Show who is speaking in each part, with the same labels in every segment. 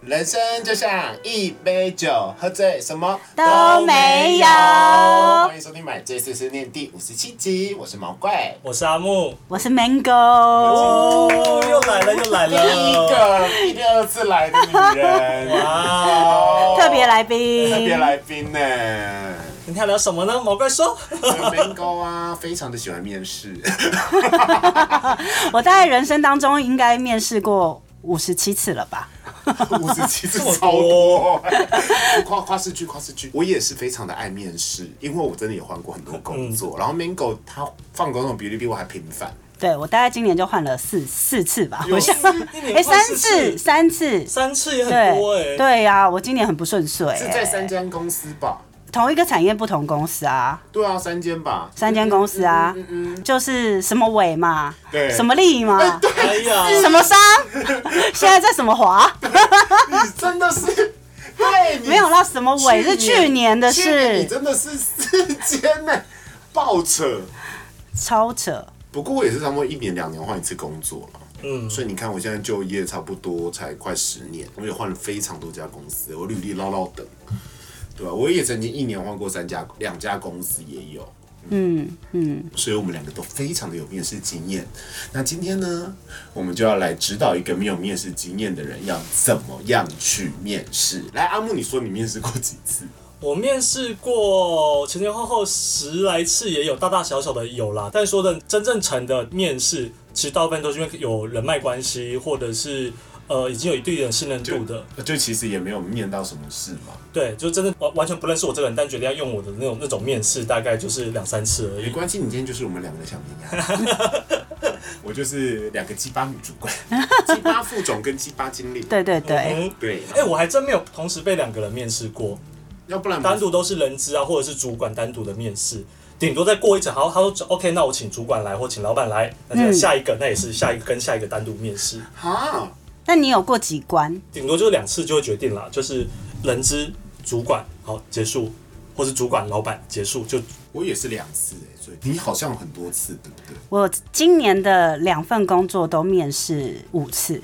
Speaker 1: 人生就像一杯酒，喝醉什么
Speaker 2: 都没有
Speaker 1: 欢迎收听《买醉碎碎念》第五十七集，我是毛怪。
Speaker 3: 我是阿木，
Speaker 2: 我是 Mango，
Speaker 3: 哦，又来了又来
Speaker 1: 第一
Speaker 3: 了，
Speaker 1: 个第第二次来的女人，哇，
Speaker 2: 特别来
Speaker 1: 特别
Speaker 2: 宾，
Speaker 1: 来宾呢、
Speaker 3: 今天聊什么呢？毛怪说，
Speaker 1: Mango 啊，非常的喜欢面试，
Speaker 2: 我在人生当中应该面试过五十七次了吧？
Speaker 1: 五十七次超多，夸夸是句夸是句。我也是非常的爱面试，因为我真的也换过很多工作，然后 Mango 他放工作比例比我还频繁，
Speaker 2: 对，我大概今年就换了四四次吧，
Speaker 1: 有
Speaker 2: 我想，
Speaker 3: 一
Speaker 1: 四
Speaker 2: 哎、
Speaker 3: 年换
Speaker 2: 三
Speaker 3: 四
Speaker 2: 次，三次，
Speaker 3: 三次也很多哎、
Speaker 2: 对，对呀、我今年很不顺遂、
Speaker 1: 是在
Speaker 2: 哎
Speaker 1: 三间公司吧？
Speaker 2: 同一个产业不同公司啊，
Speaker 1: 对啊，三间吧。
Speaker 2: 三间公司啊，就是什么伟嘛，
Speaker 1: 对
Speaker 2: 什么利嘛，
Speaker 3: 哎呀，
Speaker 2: 什么商，现在在什么华，
Speaker 1: 你 真的是，对，你
Speaker 2: 没有啦，什么伟是去年的
Speaker 1: 去年你
Speaker 2: 事，
Speaker 1: 真的是四间呢、爆扯。
Speaker 2: 超扯。
Speaker 1: 不过我也是差不多一年两年换一次工作了。
Speaker 3: 嗯，
Speaker 1: 所以你看，我现在就业差不多才快十年，我也换了非常多家公司，我履历唠唠等，对吧、我也曾经一年换过三家，两家公司也有，
Speaker 2: 嗯嗯，
Speaker 1: 所以我们两个都非常的有面试经验。那今天呢，我们就要来指导一个没有面试经验的人要怎么样去面试。来，阿木，你说你面试过几次？
Speaker 3: 我面试过前前后后十来次，也有大大小小的有啦。但说的真正成的面试，其实大部分都是因为有人脉关系，或者是呃已经有一定的信任度的。
Speaker 1: 就其实也没有面到什么事嘛。
Speaker 3: 对，就真的呃完完全不认识我这个人，但决定要用我的那种那种面试，大概就是两三次而
Speaker 1: 没
Speaker 3: 已。
Speaker 1: 关系，你今天就是我们两个的小绵羊。 我就是两个鸡巴女主管，鸡巴副总跟鸡巴经理。
Speaker 2: 对对对。
Speaker 3: 嗯，
Speaker 1: 对，
Speaker 3: 哎、我还真没有同时被两个人面试过。
Speaker 1: 要不然
Speaker 3: 单独都是人资啊，或者是主管单独的面试，顶多再过一层，好，他说 OK，那我请主管来或请老板来，那
Speaker 2: 嗯
Speaker 3: 就下一个，那也是下一个跟下一个单独面试，
Speaker 1: 哈，
Speaker 2: 那你有过几关？
Speaker 3: 顶多就是两次就会决定了，就是人资主管好结束，或是主管老板结束就
Speaker 1: 我也是两次哎、所以你好像很多次，对不对？
Speaker 2: 我今年的两份工作都面试五次，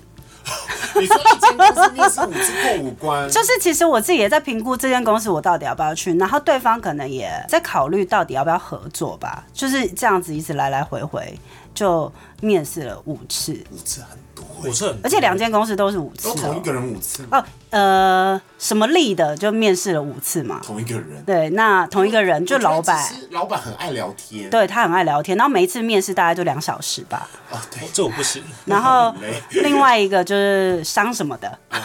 Speaker 1: 你说一间公司面试五次过五关，
Speaker 2: 就是其实我自己也在评估这间公司我到底要不要去，然后对方可能也在考虑到底要不要合作吧，就是这样子一直来来回回就面试了五次，
Speaker 1: 五次很多、欸，
Speaker 3: 我是很
Speaker 2: 而且两间公司都是五次、
Speaker 1: 都同一
Speaker 2: 哦
Speaker 1: 个人五次吗，
Speaker 2: 哦，呃，什么力的就面试了五次嘛，
Speaker 1: 同一个人，
Speaker 2: 对，那同一个人就老
Speaker 1: 我觉
Speaker 2: 板
Speaker 1: 得。只是老板很爱聊天，
Speaker 2: 对他很爱聊天，然后每一次面试大概就两小时吧。
Speaker 1: 哦对。
Speaker 3: 这我不行，
Speaker 2: 然后
Speaker 1: 很累
Speaker 2: 另外一个就是商什么的，
Speaker 1: 哦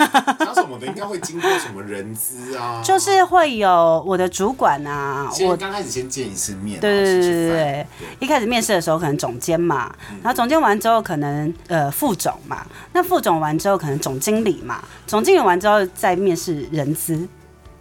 Speaker 1: 讲什么的应该会经过什么人资啊？
Speaker 2: 就是会有我的主管啊，
Speaker 1: 先
Speaker 2: 我
Speaker 1: 刚开始先见一次面，
Speaker 2: 对
Speaker 1: 然
Speaker 2: 对
Speaker 1: 后吃
Speaker 2: 对
Speaker 1: 吃
Speaker 2: 对
Speaker 1: 饭
Speaker 2: 对，一开始面试的时候可能总监嘛，
Speaker 1: 嗯
Speaker 2: 然后总监完之后可能呃副总嘛，那副总完之后可能总经理嘛，总经理完之后再面试人资，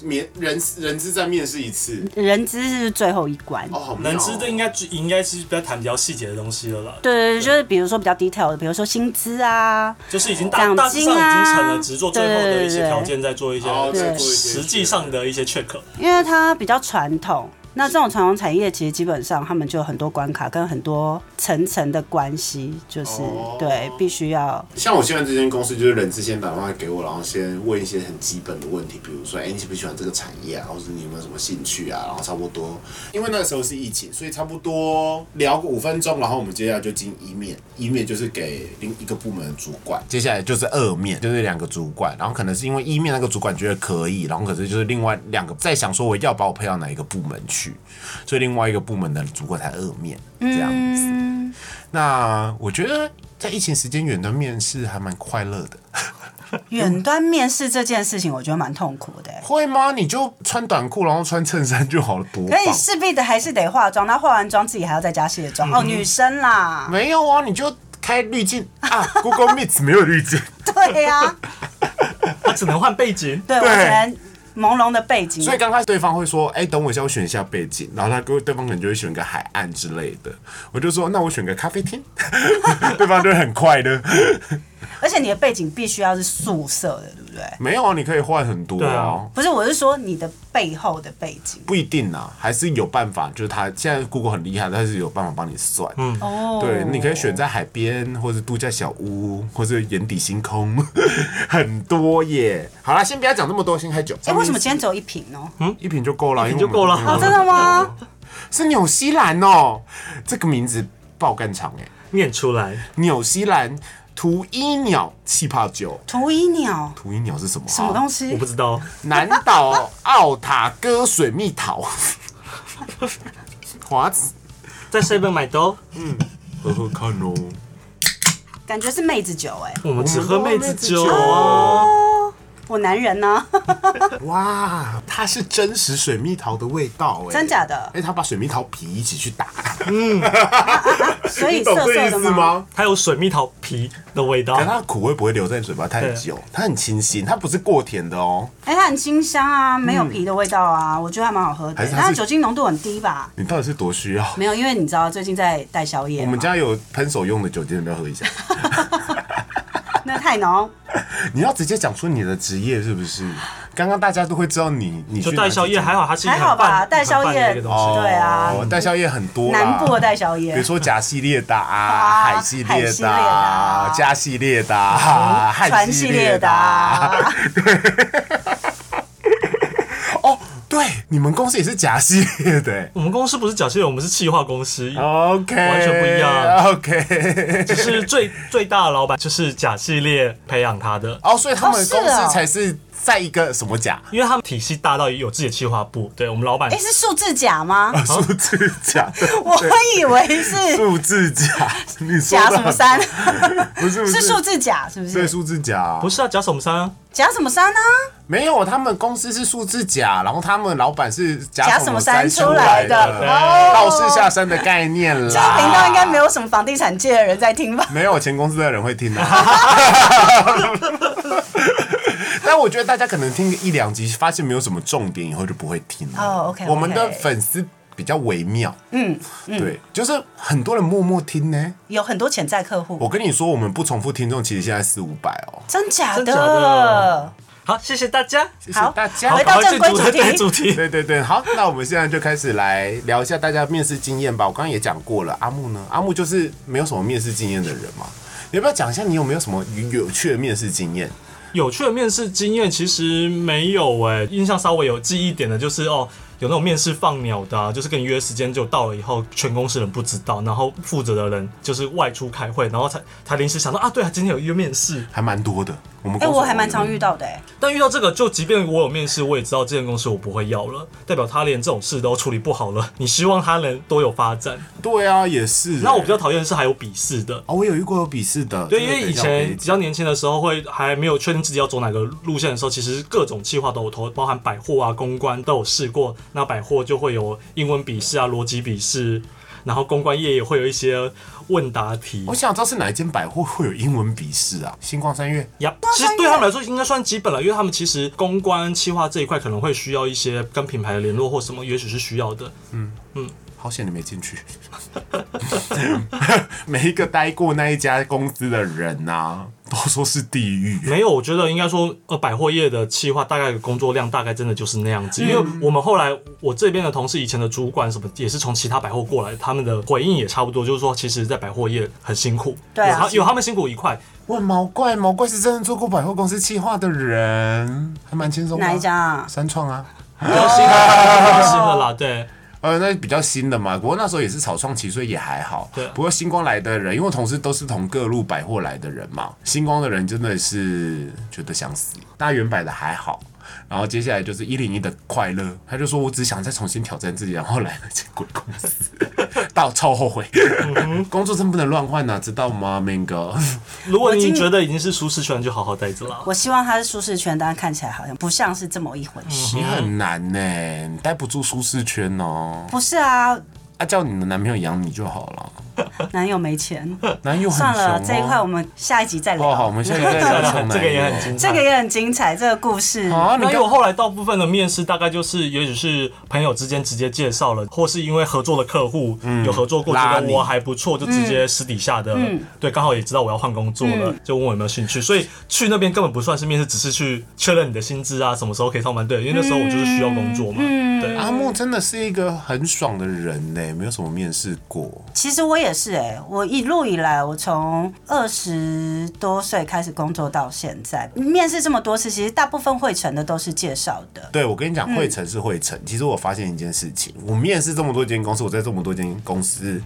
Speaker 1: 面人人资再面试一次，
Speaker 2: 人资是最后一关。
Speaker 1: 哦，好妙哦
Speaker 3: 人资这应该应该是不要谈比较细节的东西了啦，
Speaker 2: 对对对，就是比如说比较 detail 的，比如说薪资啊，
Speaker 3: 就是已经大大致上已经成了，只是做最后的一些条件，再做一些
Speaker 1: 哦再做一些
Speaker 3: 实际上的一些 check。
Speaker 2: 因为它比较传统。那这种传统产业，其实基本上他们就有很多关卡跟很多层层的关系，就是、
Speaker 1: 哦
Speaker 2: 对，必须要
Speaker 1: 像我现在这间公司，就是人事先打电话给我，然后先问一些很基本的问题，比如说，哎、你喜不喜欢这个产业啊，或者你有没有什么兴趣啊？然后差不多，因为那个时候是疫情，所以差不多聊个五分钟，然后我们接下来就进一面，一面就是给另一个部门的主管，接下来就是二面，就是两个主管，然后可能是因为一面那个主管觉得可以，然后可是就是另外两个在想说我要把我配到哪一个部门去，所以另外一个部门的主管才二面这样子。那我觉得在疫情时间远端面试还蛮快乐的，
Speaker 2: 远端面试这件事情，我觉得蛮痛苦的、欸
Speaker 1: 会吗？你就穿短裤，然后穿衬衫就好了，多
Speaker 2: 可是你
Speaker 1: 棒！
Speaker 2: 势必的还是得化妆，那化完妆自己还要在家卸
Speaker 1: 嗯
Speaker 2: 妆、哦，女生啦，
Speaker 1: 没有啊，你就开滤镜啊，Google Meet 没有滤镜，
Speaker 2: 对呀、
Speaker 3: 他啊只能换背景，
Speaker 2: 对我
Speaker 1: 对
Speaker 2: 可能朦胧的背景
Speaker 1: 所，以刚开始对方会说，哎、等我一下，我选一下背景，然后他给对方可能就会选个海岸之类的，我就说那我选个咖啡厅，对方就会很快乐。
Speaker 2: 而且你的背景必须要是素色的，对不对？
Speaker 1: 没有啊，你可以换很多
Speaker 3: 对啊
Speaker 2: 不是，我是说你的背后的背景。
Speaker 1: 不一定啊，还是有办法，就是他现在 Google 很厉害，它是有办法帮你算。嗯，
Speaker 2: 哦
Speaker 1: 对，你可以选在海边，或是度假小屋，或是眼底星空， 很多耶。好啦，先不要讲那么多，先开酒。嗯
Speaker 2: 哎、为什么今天只有一瓶呢？
Speaker 1: 一瓶就够了？
Speaker 3: 一
Speaker 1: 因
Speaker 3: 瓶
Speaker 1: 为
Speaker 3: 就够了
Speaker 1: 我们嗯
Speaker 2: 哦，真的吗？
Speaker 1: 是纽西兰哦，这个名字爆干长哎，
Speaker 3: 念出来，
Speaker 1: 纽西兰图伊鸟气泡酒。
Speaker 2: 图一鸟，
Speaker 1: 图伊鸟是什么啊？
Speaker 2: 什么东
Speaker 3: 我
Speaker 2: 西
Speaker 3: 不？知道，
Speaker 1: 南岛奥塔哥水蜜桃。 华子，
Speaker 3: 在 seven 买哦都，
Speaker 1: 喝喝看哦。
Speaker 2: 感觉是妹子酒哎、
Speaker 3: 我们只喝妹子酒
Speaker 1: 哦
Speaker 3: 哦。
Speaker 2: 我男人呢？
Speaker 1: 哇，它是真实水蜜桃的味道哎、
Speaker 2: 真假的？
Speaker 1: 哎、他把水蜜桃皮一起去打，
Speaker 2: 所 以
Speaker 1: 懂
Speaker 2: 涩
Speaker 1: 这
Speaker 2: 涩
Speaker 1: 意
Speaker 2: 的
Speaker 1: 思？吗？
Speaker 3: 它有水蜜桃皮的味道
Speaker 1: 可，它的苦味不会留在嘴巴太
Speaker 3: 对
Speaker 1: 久，它很清新，它不是过甜的哦。
Speaker 2: 哎、它很清香啊，没有皮的味道啊，我觉得还蛮好喝
Speaker 1: 嗯还
Speaker 2: 的。
Speaker 1: 是它
Speaker 2: 它
Speaker 1: 是
Speaker 2: 酒精浓度很低吧？
Speaker 1: 你到底是多需要？
Speaker 2: 没有，啊因为你知道最近在带宵夜
Speaker 1: 我
Speaker 2: 嘛
Speaker 1: 们，家有喷手用的酒精，要不要喝一 下？
Speaker 2: 那太浓。
Speaker 1: 你要直接讲出你的职业是不是？刚刚大家都会知道你，你
Speaker 3: 就
Speaker 1: 去
Speaker 3: 带宵夜
Speaker 1: 哪几
Speaker 3: 还好，它是一个
Speaker 2: 还好吧
Speaker 3: 很棒
Speaker 2: 带宵夜
Speaker 3: 很棒的一个东
Speaker 1: 家
Speaker 3: 西。
Speaker 2: 对啊
Speaker 1: 哦带宵夜很多啦，
Speaker 2: 南部的带宵
Speaker 1: 比如
Speaker 2: 夜，
Speaker 1: 说甲系列的啊，
Speaker 2: 啊
Speaker 1: 海系列
Speaker 2: 海系
Speaker 1: 的
Speaker 2: 列的
Speaker 1: 啊，
Speaker 2: 啊
Speaker 1: 加系列的啊，汉
Speaker 2: 船
Speaker 1: 系
Speaker 2: 系
Speaker 1: 列
Speaker 2: 列
Speaker 1: 的
Speaker 2: 的
Speaker 1: 啊。
Speaker 2: 啊，
Speaker 1: 哦，对，你们公司也是甲系列的欸。
Speaker 3: 我们公司不是假设我们是企划公司，
Speaker 1: OK，
Speaker 3: 完全不一样。
Speaker 1: OK，
Speaker 3: 只是最 最大的老板就是甲系列培养他的，
Speaker 1: 哦，所以他们
Speaker 2: 哦是
Speaker 1: 公司
Speaker 2: 哦
Speaker 1: 才是在一个什么甲？
Speaker 3: 因为他们体系大到有自己的企划部。对我们老板
Speaker 2: 哎、是数字甲吗？
Speaker 3: 啊
Speaker 1: 数字 甲，
Speaker 2: 我以为是
Speaker 1: 数字甲，你说
Speaker 2: 甲
Speaker 1: 的
Speaker 2: 什么山，
Speaker 1: 不是不
Speaker 2: 是
Speaker 1: 是
Speaker 2: 数字甲是不
Speaker 1: 对
Speaker 2: 是？
Speaker 1: 数字甲
Speaker 3: 不是啊，贾什么山啊？
Speaker 2: 甲什么山呢、
Speaker 1: 没有，他们公司是数字甲，然后他们老板是甲
Speaker 2: 甲
Speaker 1: 什
Speaker 2: 什
Speaker 1: 么
Speaker 2: 么
Speaker 1: 山
Speaker 2: 山
Speaker 1: 出
Speaker 2: 出
Speaker 1: 来
Speaker 2: 来
Speaker 1: 的
Speaker 2: 的，
Speaker 3: 哦
Speaker 1: 道士下山的概念啦。
Speaker 2: 这个频道应该没有什么房地产界的人在听吧？
Speaker 1: 没有前公司的人会听 的、但我觉得大家可能听个一两集，发现没有什么重点，以后就不会听了。
Speaker 2: 哦，OK，OK
Speaker 1: 我们的粉丝比较微妙，嗯，对，就是很多人默默听呢。
Speaker 2: 有很多潜在客
Speaker 1: 我
Speaker 2: 户，
Speaker 1: 跟你说，我们不重复听众，其实现在四五百哦。
Speaker 2: 真假
Speaker 3: 真假的好，谢谢大家。
Speaker 1: 谢谢
Speaker 2: 好
Speaker 1: 大家
Speaker 2: 好。回到正规主题
Speaker 3: 赶快进主题。
Speaker 1: 对对对，好，那我们现在就开始来聊一下大家面试经验吧。我刚刚也讲过了，阿木呢，阿木就是没有什么面试经验的人嘛。你要不要讲一下你有没有什么有趣的面试经验？
Speaker 3: 有趣的面试经验其实没有诶、印象稍微有记忆点的就是哦，有那种面试放鸟的、啊，就是跟你约时间就到了以后，全公司人不知道，然后负责的人就是外出开会，然后才才临时想到啊，对啊，今天有约面试。
Speaker 1: 还蛮多的。我们
Speaker 2: 哎、
Speaker 1: 公司
Speaker 2: 我还蛮常遇到的、哎，
Speaker 3: 但遇到这个，就即便我有面试，我也知道这间公司我不会要了，代表他连这种事都处理不好了。你希望他能多有发展？
Speaker 1: 对啊，也是。
Speaker 3: 那我比较讨厌的是还有笔试的，
Speaker 1: 哦，我有遇过有笔试的，
Speaker 3: 对，
Speaker 1: 这
Speaker 3: 因
Speaker 1: 个
Speaker 3: 为以
Speaker 1: 等一下我可
Speaker 3: 前比
Speaker 1: 讲
Speaker 3: 较年轻的时候，会还没有确定自己要走哪个路线的时候，其实各种计划都有投，包含百货啊、公关都有试过。那百货就会有英文笔试啊、逻辑笔试，然后公关业也会有一些问答题
Speaker 1: 我。想知道是哪一间百货会有英文笔试啊？星光三月
Speaker 3: 呀，其实对他们来说应该算基本了，因为他们其实公关企划这一块可能会需要一些跟品牌的联络或什么，也许是需要的。
Speaker 1: 好险你没进去。 每一个待过那一家公司的人呐、都说是地狱。
Speaker 3: 没有，我觉得应该说，呃，百货业的企划大概工作量大概真的就是那样子，因
Speaker 2: 嗯
Speaker 3: 为我们后来我这边的同事以前的主管什么也是从其他百货过来，他们的回应也差不多，就是说其实，在百货业很辛苦，
Speaker 2: 对啊
Speaker 3: 有他有他们辛苦一块，
Speaker 1: 问毛怪，毛怪是真的做过百货公司企划的人，还蛮轻松的啊。
Speaker 2: 哪一家啊？
Speaker 1: 三创啊，
Speaker 3: 比较辛苦，比较辛苦啦，对，
Speaker 1: 呃，那比较新的嘛，不过那时候也是草创期，所以也还好。
Speaker 3: 对
Speaker 1: 不过星光来的人，因为我同事都是从各路百货来的人嘛，星光的人真的是觉得想死。大原百的还好，然后接下来就是一零一的快乐，他就说我只想再重新挑战自己，然后来了这鬼公司， 到超后悔，工作真不能乱换呐，知道吗，明哥？
Speaker 3: 如果
Speaker 2: 我
Speaker 3: 你
Speaker 2: 今
Speaker 3: 觉得已经是舒适圈，就好好待着啦。
Speaker 2: 我希望它是舒适圈，但看起来好像不像是这么一回事。
Speaker 1: 你很难呢、你待不住舒适圈哦。
Speaker 2: 不是啊，
Speaker 1: 啊，叫你的男朋友养你就好了。
Speaker 2: 男友没钱，
Speaker 4: 男友很
Speaker 2: 算了，
Speaker 1: 哦
Speaker 4: 穷
Speaker 2: 这一块我
Speaker 4: 们
Speaker 2: 们下一集再聊。
Speaker 4: 哦好，我们现在再
Speaker 2: 啊
Speaker 4: 聊
Speaker 3: 这个也很
Speaker 4: 精
Speaker 3: 精彩。
Speaker 2: 这个也很精彩，这个故事。
Speaker 4: 啊，你
Speaker 3: 那因为
Speaker 4: 跟
Speaker 3: 我后来大部分的面试，大概就是也许是朋友之间直接介绍了，或是因为合作的客户、有合作过，
Speaker 1: 嗯拉
Speaker 3: 觉
Speaker 1: 你
Speaker 3: 得我还不错，就直接私底下的、对，刚好也知道我要换工作了，就问我有没有兴趣。所以去那边根本不算是面试，只是去确认你的薪资啊，什么时候可以上班。对，因为那时候我就是需要工作嘛。对，
Speaker 4: 阿木真的是一个很爽的人呢，没有什么面试过。
Speaker 2: 其实我也是哎、我一路以来，我从二十多岁开始工作到现在，面试这么多次，其实大部分会成的都是介绍的。
Speaker 1: 对，我跟你讲，会成是会成。其实我发现一件事情，我面试这么多间公司，我在这么多间公司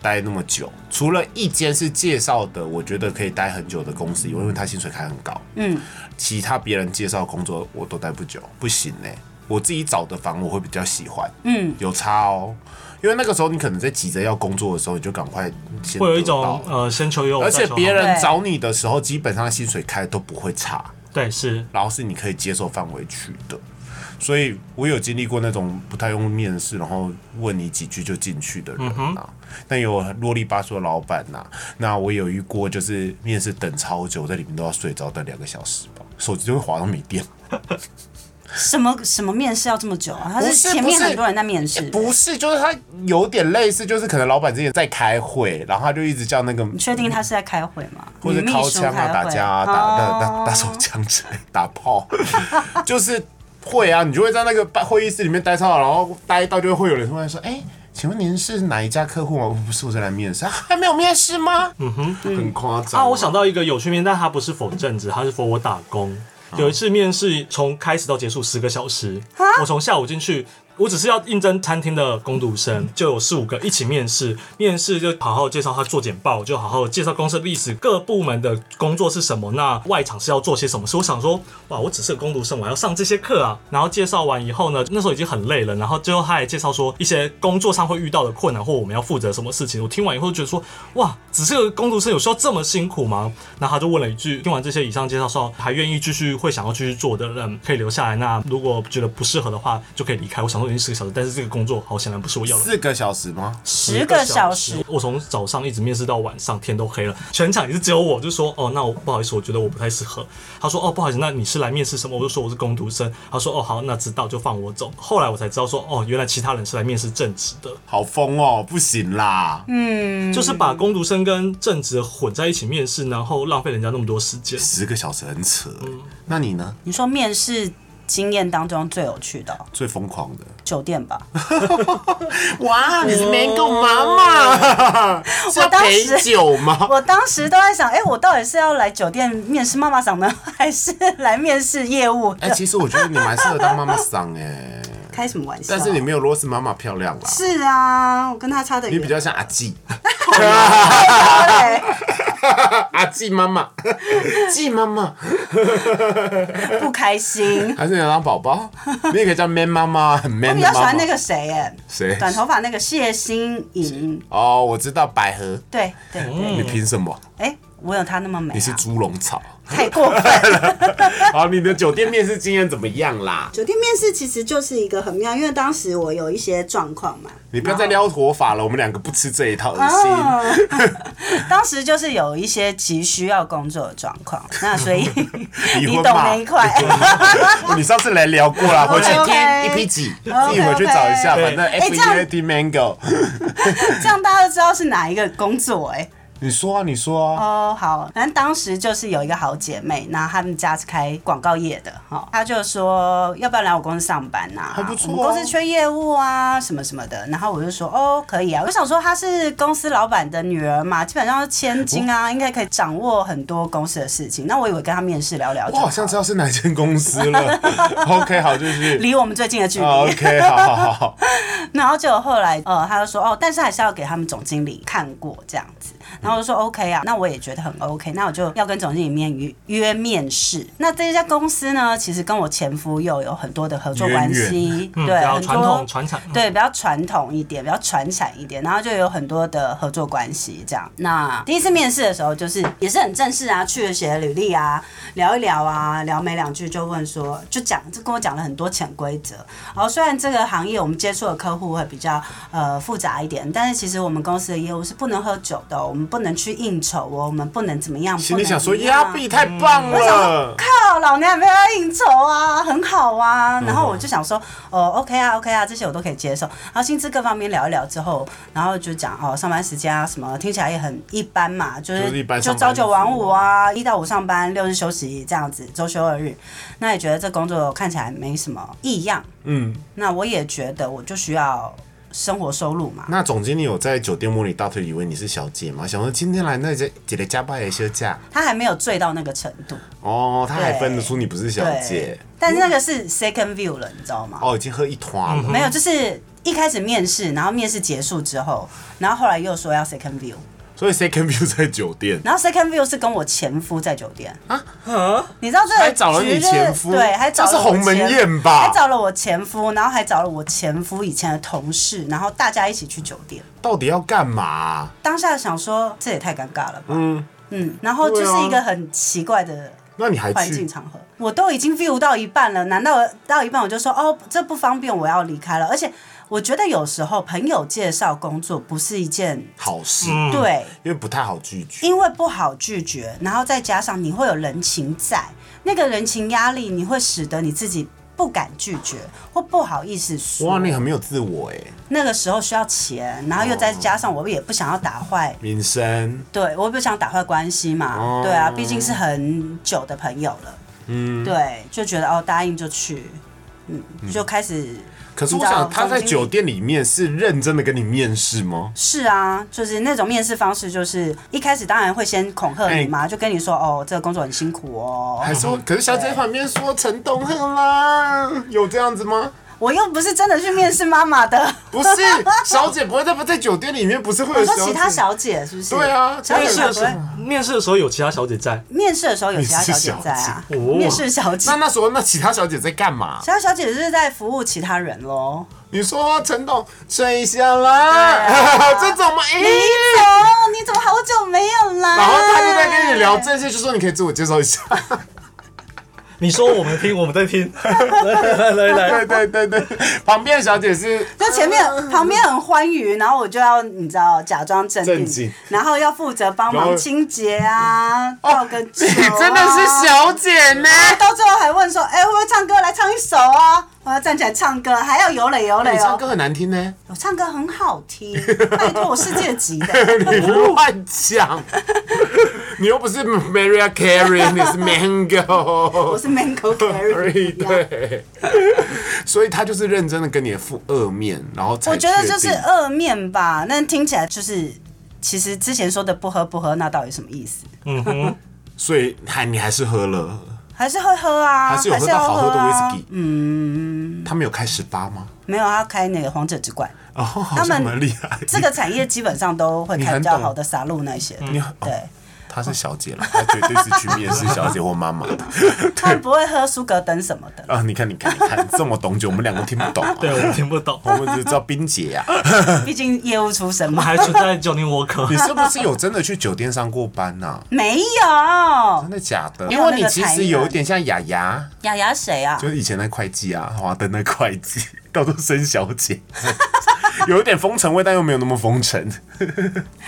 Speaker 1: 待那么久，除了一间是介绍的，我觉得可以待很久的公司以外，因为他薪水开很高，嗯，其他别人介绍工作我都待不久，不行呢、我自己找的房我会比较喜欢，嗯，有差哦，因为那个时候你可能在急着要工作的时候，你就赶快先
Speaker 3: 会有一
Speaker 1: 得
Speaker 3: 种
Speaker 1: 到
Speaker 3: 呃先求有，
Speaker 1: 而且
Speaker 3: 再求好
Speaker 1: 别人
Speaker 2: 对
Speaker 1: 找你的时候，基本上薪水开都不会差，
Speaker 3: 对是
Speaker 1: 然后是你可以接受范围去的。所以我有经历过那种不太用面试，然后问你几句就进去的人啊，但有啰里吧嗦的老板呐、那我有遇过就是面试等超久，在里面都要睡着，等两个小时吧，手机就会滑到没电。
Speaker 2: 什么什么面试要这么久啊？他
Speaker 1: 不
Speaker 2: 是
Speaker 1: 是
Speaker 2: 前
Speaker 1: 不
Speaker 2: 面
Speaker 1: 是
Speaker 2: 很多人在面试，
Speaker 1: 不是，就是他有点类似，就是可能老板之前在开会，然后他就一直叫那个
Speaker 2: 你确定他是在开会吗？
Speaker 1: 或者
Speaker 2: 女秘
Speaker 1: 掏
Speaker 2: 书
Speaker 1: 枪啊、
Speaker 2: 开
Speaker 1: 打
Speaker 2: 会哦
Speaker 1: 架啊、打打打打手枪之 类、打炮，就是会啊，你就会在那个办会议室里面待超好，然后待到就会有人突然说：“哎、请问您是哪一家客户吗？哦不是，我在来面试，啊、还没有面试吗？”嗯哼，很夸张
Speaker 3: 啊，我想到一个有趣面，但它不是否正职，它是否我打工。
Speaker 1: 哦
Speaker 3: 有一次面试，从开始到结束十个小时，我从下午进去，我只是要应征餐厅的工读
Speaker 1: 嗯
Speaker 3: 生，就有四五个一起面试，面试就好好介绍他做简报，就好好介绍公司的历史，各部门的工作是什么，那外场是要做些什么事。所以我想说，哇，我只是个工读生，我还要上这些课啊。然后介绍完以后呢，那时候已经很累了，然后最后他还介绍说一些工作上会遇到的困难或我们要负责什么事情。我听完以后就觉得说，哇，只是个工读生有需要这么辛苦吗？那他就问了一句，听完这些以上介绍说，还愿意继续会想要继续做的人可以留下来，那如果觉得不适合的话就可以离开。我想说已经四个小时，但是这个工作好显然不是我要的。
Speaker 1: 四个小时吗？
Speaker 2: 十个小时，，
Speaker 3: 我从早上一直面试到晚上，天都黑了，全场也是只有我，就说哦，那我不好意思，我觉得我不太适合。他说哦，不好意思，那你是来面试什么？我就说我是工读生。他说哦，好，那知道就放我走。后来我才知道说哦，原来其他人是来面试正职的，
Speaker 1: 好疯哦，不行啦！
Speaker 2: 嗯
Speaker 3: 就是把工读生跟正职混在一起面试，然后浪费人家那么多时间。
Speaker 1: 十个小时很扯、
Speaker 3: 嗯
Speaker 1: 那你呢？
Speaker 2: 你说面试经验当中最有趣的哦、
Speaker 1: 最疯狂的？
Speaker 2: 酒店吧？
Speaker 1: 哇，你是没够妈妈？ 是要
Speaker 2: 当
Speaker 1: 陪
Speaker 2: 时
Speaker 1: 酒吗？
Speaker 2: 我当时都在想，哎、我到底是要来酒店面试妈妈桑呢，还是来面试业务？
Speaker 1: 哎、其实我觉得你蛮适合当妈妈桑哎、
Speaker 2: 开什么玩笑？
Speaker 1: 但是你没有罗斯妈妈漂亮啦，
Speaker 2: 是啊，我跟他差得
Speaker 1: 你
Speaker 2: 远。
Speaker 1: 比较像阿纪，
Speaker 2: 对，
Speaker 1: 阿纪妈妈，纪妈妈，
Speaker 2: 不开心。
Speaker 1: 还是你要当宝宝？你也可以叫 man 妈妈，很
Speaker 2: 我
Speaker 1: man
Speaker 2: 比
Speaker 1: 的
Speaker 2: 较
Speaker 1: 妈
Speaker 2: 喜
Speaker 1: 妈
Speaker 2: 欢。那个谁，哎，
Speaker 1: 谁？
Speaker 2: 短头发那个谢欣颖。
Speaker 1: 哦，我知道百合，
Speaker 2: 对对对，
Speaker 1: 你凭什么？
Speaker 2: 哎、我有他那么美、
Speaker 1: 你是
Speaker 2: 啊？
Speaker 1: 猪笼草。
Speaker 2: 太过分 了。
Speaker 1: 好，你的酒店面试经验怎么样啦？
Speaker 5: 酒店面试其实就是一个很妙，因为当时我有一些状况嘛，
Speaker 1: 你不要再撩头发了，我们两个不吃这一套，恶
Speaker 2: 哦
Speaker 1: 心。
Speaker 2: 当时就是有一些急需要工作的状况，那所以
Speaker 1: 离
Speaker 2: 你
Speaker 1: 婚
Speaker 2: 懂
Speaker 1: 吧
Speaker 2: 那一块。
Speaker 1: 哦你上次来聊过了，回去听
Speaker 2: 哦 OK，OK
Speaker 1: 一批集，自己回去找一下，反正
Speaker 2: 哎
Speaker 1: F
Speaker 2: 这
Speaker 1: E
Speaker 2: 样
Speaker 1: A T Mango。
Speaker 2: 这样大家都知道是哪一个工作哎、
Speaker 1: 你说啊，你说啊，
Speaker 2: 哦，好，反正当时就是有一个好姐妹，然后她们家是开广告业的哈、她就说要不要来我公司上班呐、
Speaker 1: 还不错啊
Speaker 2: 我们公司缺业务啊，什么什么的。然后我就说哦，可以啊。我想说她是公司老板的女儿嘛，基本上是千金
Speaker 1: 哦
Speaker 2: 啊，应该可以掌握很多公司的事情。那我以为跟她面试聊聊
Speaker 1: 我
Speaker 2: 就
Speaker 1: 好像知道是哪间公司 了。OK，好，就是
Speaker 2: 离我们最近的距离。
Speaker 1: 啊 OK，好好好 好，
Speaker 2: 然后结果后来，呃，他就说，哦，但是还是要给他们总经理看过这样子。然后我就说 OK 啊，那我也觉得很 OK，那我就要跟总经理面约约面试。那这家公司呢，其实跟我前夫又有很多的合作关系，
Speaker 3: 嗯，
Speaker 2: 对，
Speaker 3: 比较
Speaker 2: 很
Speaker 3: 传
Speaker 2: 多
Speaker 3: 统嗯传产，
Speaker 2: 对，比较传统一点，比较传产一点，然后就有很多的合作关系这样。那第一次面试的时候，就是也是很正式啊，去了写了履历啊，聊一聊啊，聊没两句就问说，就讲就跟我讲了很多潜规则。然后虽然这个行业我们接触的客户会比较呃复杂一点，但是其实我们公司的业务是不能喝酒的哦、我们不能去应酬哦，我们不能怎么样。
Speaker 1: 心
Speaker 2: 不
Speaker 1: 里
Speaker 2: 能
Speaker 1: 想说
Speaker 2: 怎么样
Speaker 1: 压币太棒了，
Speaker 2: 靠，哦老娘也没有要应酬啊，很好
Speaker 1: 嗯
Speaker 2: 啊。然后我就想说，哦，OK 啊，OK 啊，这些我都可以接受。然后薪资各方面聊一聊之后，然后就讲哦，上班时间啊什么，听起来也很一般嘛，就
Speaker 1: 就是一
Speaker 2: 是
Speaker 1: 般
Speaker 2: 就
Speaker 1: 上班
Speaker 2: 朝九
Speaker 1: 族
Speaker 2: 晚五啊，一到五上班，六日休息这样子，周休二日。那也觉得这工作看起来没什么异样，
Speaker 1: 嗯。
Speaker 2: 那我也觉得我就需要生活收入嘛。
Speaker 1: 那总经理有在酒店摸你大腿，以为你是小姐吗？想说今天来那姐姐姐加班也休假
Speaker 2: 他还没有醉到那个程度，
Speaker 1: 哦，他还
Speaker 2: 对
Speaker 1: 分得出你不是小姐
Speaker 2: 对，但是那个是 second view 了，你知道吗？
Speaker 1: 哦，已经喝一团了。
Speaker 2: 没有，就是一开始面试，然后面试结束之后，然后后来又说要 second view，
Speaker 1: 所以 second view 在酒 店，
Speaker 2: 然后 second view 是跟我前夫在酒店啊你知道这个
Speaker 1: 还找了你
Speaker 2: 局就是
Speaker 1: 前夫
Speaker 2: 对，还找了
Speaker 1: 这是
Speaker 2: 我
Speaker 1: 鸿门
Speaker 2: 前
Speaker 1: 宴吧
Speaker 2: 还找了我前夫，然后还找了我前夫以前的同事，然后大家一起去酒店。
Speaker 1: 到底要干嘛、
Speaker 2: 当下想说这也太尴尬了吧，嗯嗯，然后就是
Speaker 1: 啊
Speaker 2: 一个很奇怪的
Speaker 1: 那你还
Speaker 2: 环境
Speaker 1: 去？
Speaker 2: 场合，我都已经 view 到一半了，难道到一半我就说哦这不方便，我要离开了？而且我觉得有时候朋友介绍工作不是一件、
Speaker 1: 好事，
Speaker 2: 对，
Speaker 1: 嗯因为不太好拒绝。
Speaker 2: 因为不好拒绝，然后再加上你会有人情在，那个人情压力，你会使得你自己。不敢拒绝或不好意思
Speaker 1: 哇，
Speaker 2: 说，
Speaker 1: 你很没有自我哎，
Speaker 2: 那个时候需要钱，然后又再加上我也不想要打坏
Speaker 1: 民生
Speaker 2: 对，我也不想打坏关系嘛，
Speaker 1: 哦
Speaker 2: 对啊，毕竟是很久的朋友了，嗯，对，就觉得哦，答应就去，嗯，就开始，
Speaker 1: 可是
Speaker 2: 你
Speaker 1: 我
Speaker 2: 知道
Speaker 1: 想，他在
Speaker 2: 总经理
Speaker 1: 酒店里面是认真的跟你面试吗？
Speaker 2: 是啊，就是那种面试方式，就是一开始当然会先恐吓你嘛，就跟你说哦，这个工作很辛苦哦，
Speaker 1: 还说，可是小姐旁边说陈东赫啦，有这样子 吗？
Speaker 2: 我又不是真的去面试妈妈的，
Speaker 1: 不是，小姐不会在不在酒店里面，不是会有
Speaker 2: 我说
Speaker 1: 小姐
Speaker 2: 其他小姐是不是？
Speaker 1: 对啊
Speaker 2: 小姐
Speaker 1: 面
Speaker 2: 不
Speaker 1: 试
Speaker 2: 会
Speaker 1: 的
Speaker 2: 不
Speaker 1: 时
Speaker 2: 会
Speaker 1: 候。
Speaker 3: 面试的时候有其他小姐在，
Speaker 2: 面试的时候有其他小姐在啊，
Speaker 3: 你是小姐哦
Speaker 2: 面试小姐
Speaker 1: 那，那时候那其他小姐在干嘛？
Speaker 2: 其他小姐就是在服务其他人喽。
Speaker 1: 你说陈董睡一下啦，
Speaker 2: 啊
Speaker 1: 这种嘛，哎、
Speaker 2: 你走，你怎么好久没有来？
Speaker 1: 然后他就在跟你聊这些，就说你可以自我介绍一 下。
Speaker 3: 你说我们听，我们在听，来来来来，
Speaker 1: 对对对对，旁边的小姐是
Speaker 2: 就前
Speaker 1: 嗯
Speaker 2: 面旁边很欢愉，然后我就要你知道假装镇定，
Speaker 1: 镇静
Speaker 2: 然后要负责帮
Speaker 1: 然
Speaker 2: 忙
Speaker 1: 后
Speaker 2: 清洁啊，倒 个酒、
Speaker 1: 哦
Speaker 2: 啊
Speaker 1: 你真的是。小姐呢。
Speaker 2: 到最后还问说，哎、会不会唱歌？来唱一首啊！我要站起来唱歌，还要有嘞有嘞
Speaker 1: 你唱
Speaker 2: 哦。
Speaker 1: 歌很难听呢，
Speaker 2: 我唱歌很好 听，拜托我世界级的。
Speaker 1: 你乱讲，你又不是 Maria Carey，你是 Mango。
Speaker 2: 我是 Mango Carry。
Speaker 1: 对，所以他就是认真的跟你付二面，然后才
Speaker 2: 我觉得这
Speaker 1: 确
Speaker 2: 是
Speaker 1: 定
Speaker 2: 二面吧，那听起来就是，其实之前说的不喝不喝，那到底什么意思？
Speaker 1: 所以还你还是喝了，
Speaker 2: 还是会喝啊，
Speaker 1: 还是有喝
Speaker 2: 要
Speaker 1: 到好喝的
Speaker 2: 啊
Speaker 1: 威士忌。嗯，他们有开十八吗？
Speaker 2: 没有，他开那个皇者之冠，
Speaker 1: 哦，好像蛮厉害。
Speaker 2: 这个产业基本上都会
Speaker 1: 你
Speaker 2: 开
Speaker 1: 很
Speaker 2: 比较
Speaker 1: 懂
Speaker 2: 好的撒路那些的，
Speaker 1: 嗯你很哦
Speaker 2: 对，
Speaker 1: 她是小姐了，她绝对是去面试小姐或妈妈的
Speaker 2: 他们不会喝苏格登什么的。
Speaker 1: 啊！你看，你看，你看，这么懂酒，我们两个听不懂、啊。
Speaker 3: 对我听不懂，
Speaker 1: 我们只知道冰姐呀、
Speaker 2: 毕竟业务出身
Speaker 3: 我们
Speaker 2: 嘛，
Speaker 3: 还存在 Johnny Walker
Speaker 1: 你。是不是有真的去酒店上过班呐、
Speaker 2: 没有
Speaker 1: 真的假的？
Speaker 2: 没
Speaker 1: 因
Speaker 2: 有那
Speaker 1: 为
Speaker 2: 个
Speaker 1: 你其
Speaker 2: 才
Speaker 1: 实
Speaker 2: 艺
Speaker 1: 有
Speaker 2: 啊
Speaker 1: 一点像雅雅，
Speaker 2: 雅雅谁啊？
Speaker 1: 就是以前那会计啊，华灯那会计，到处生小姐， 有一点风尘味，但又没有那么风尘。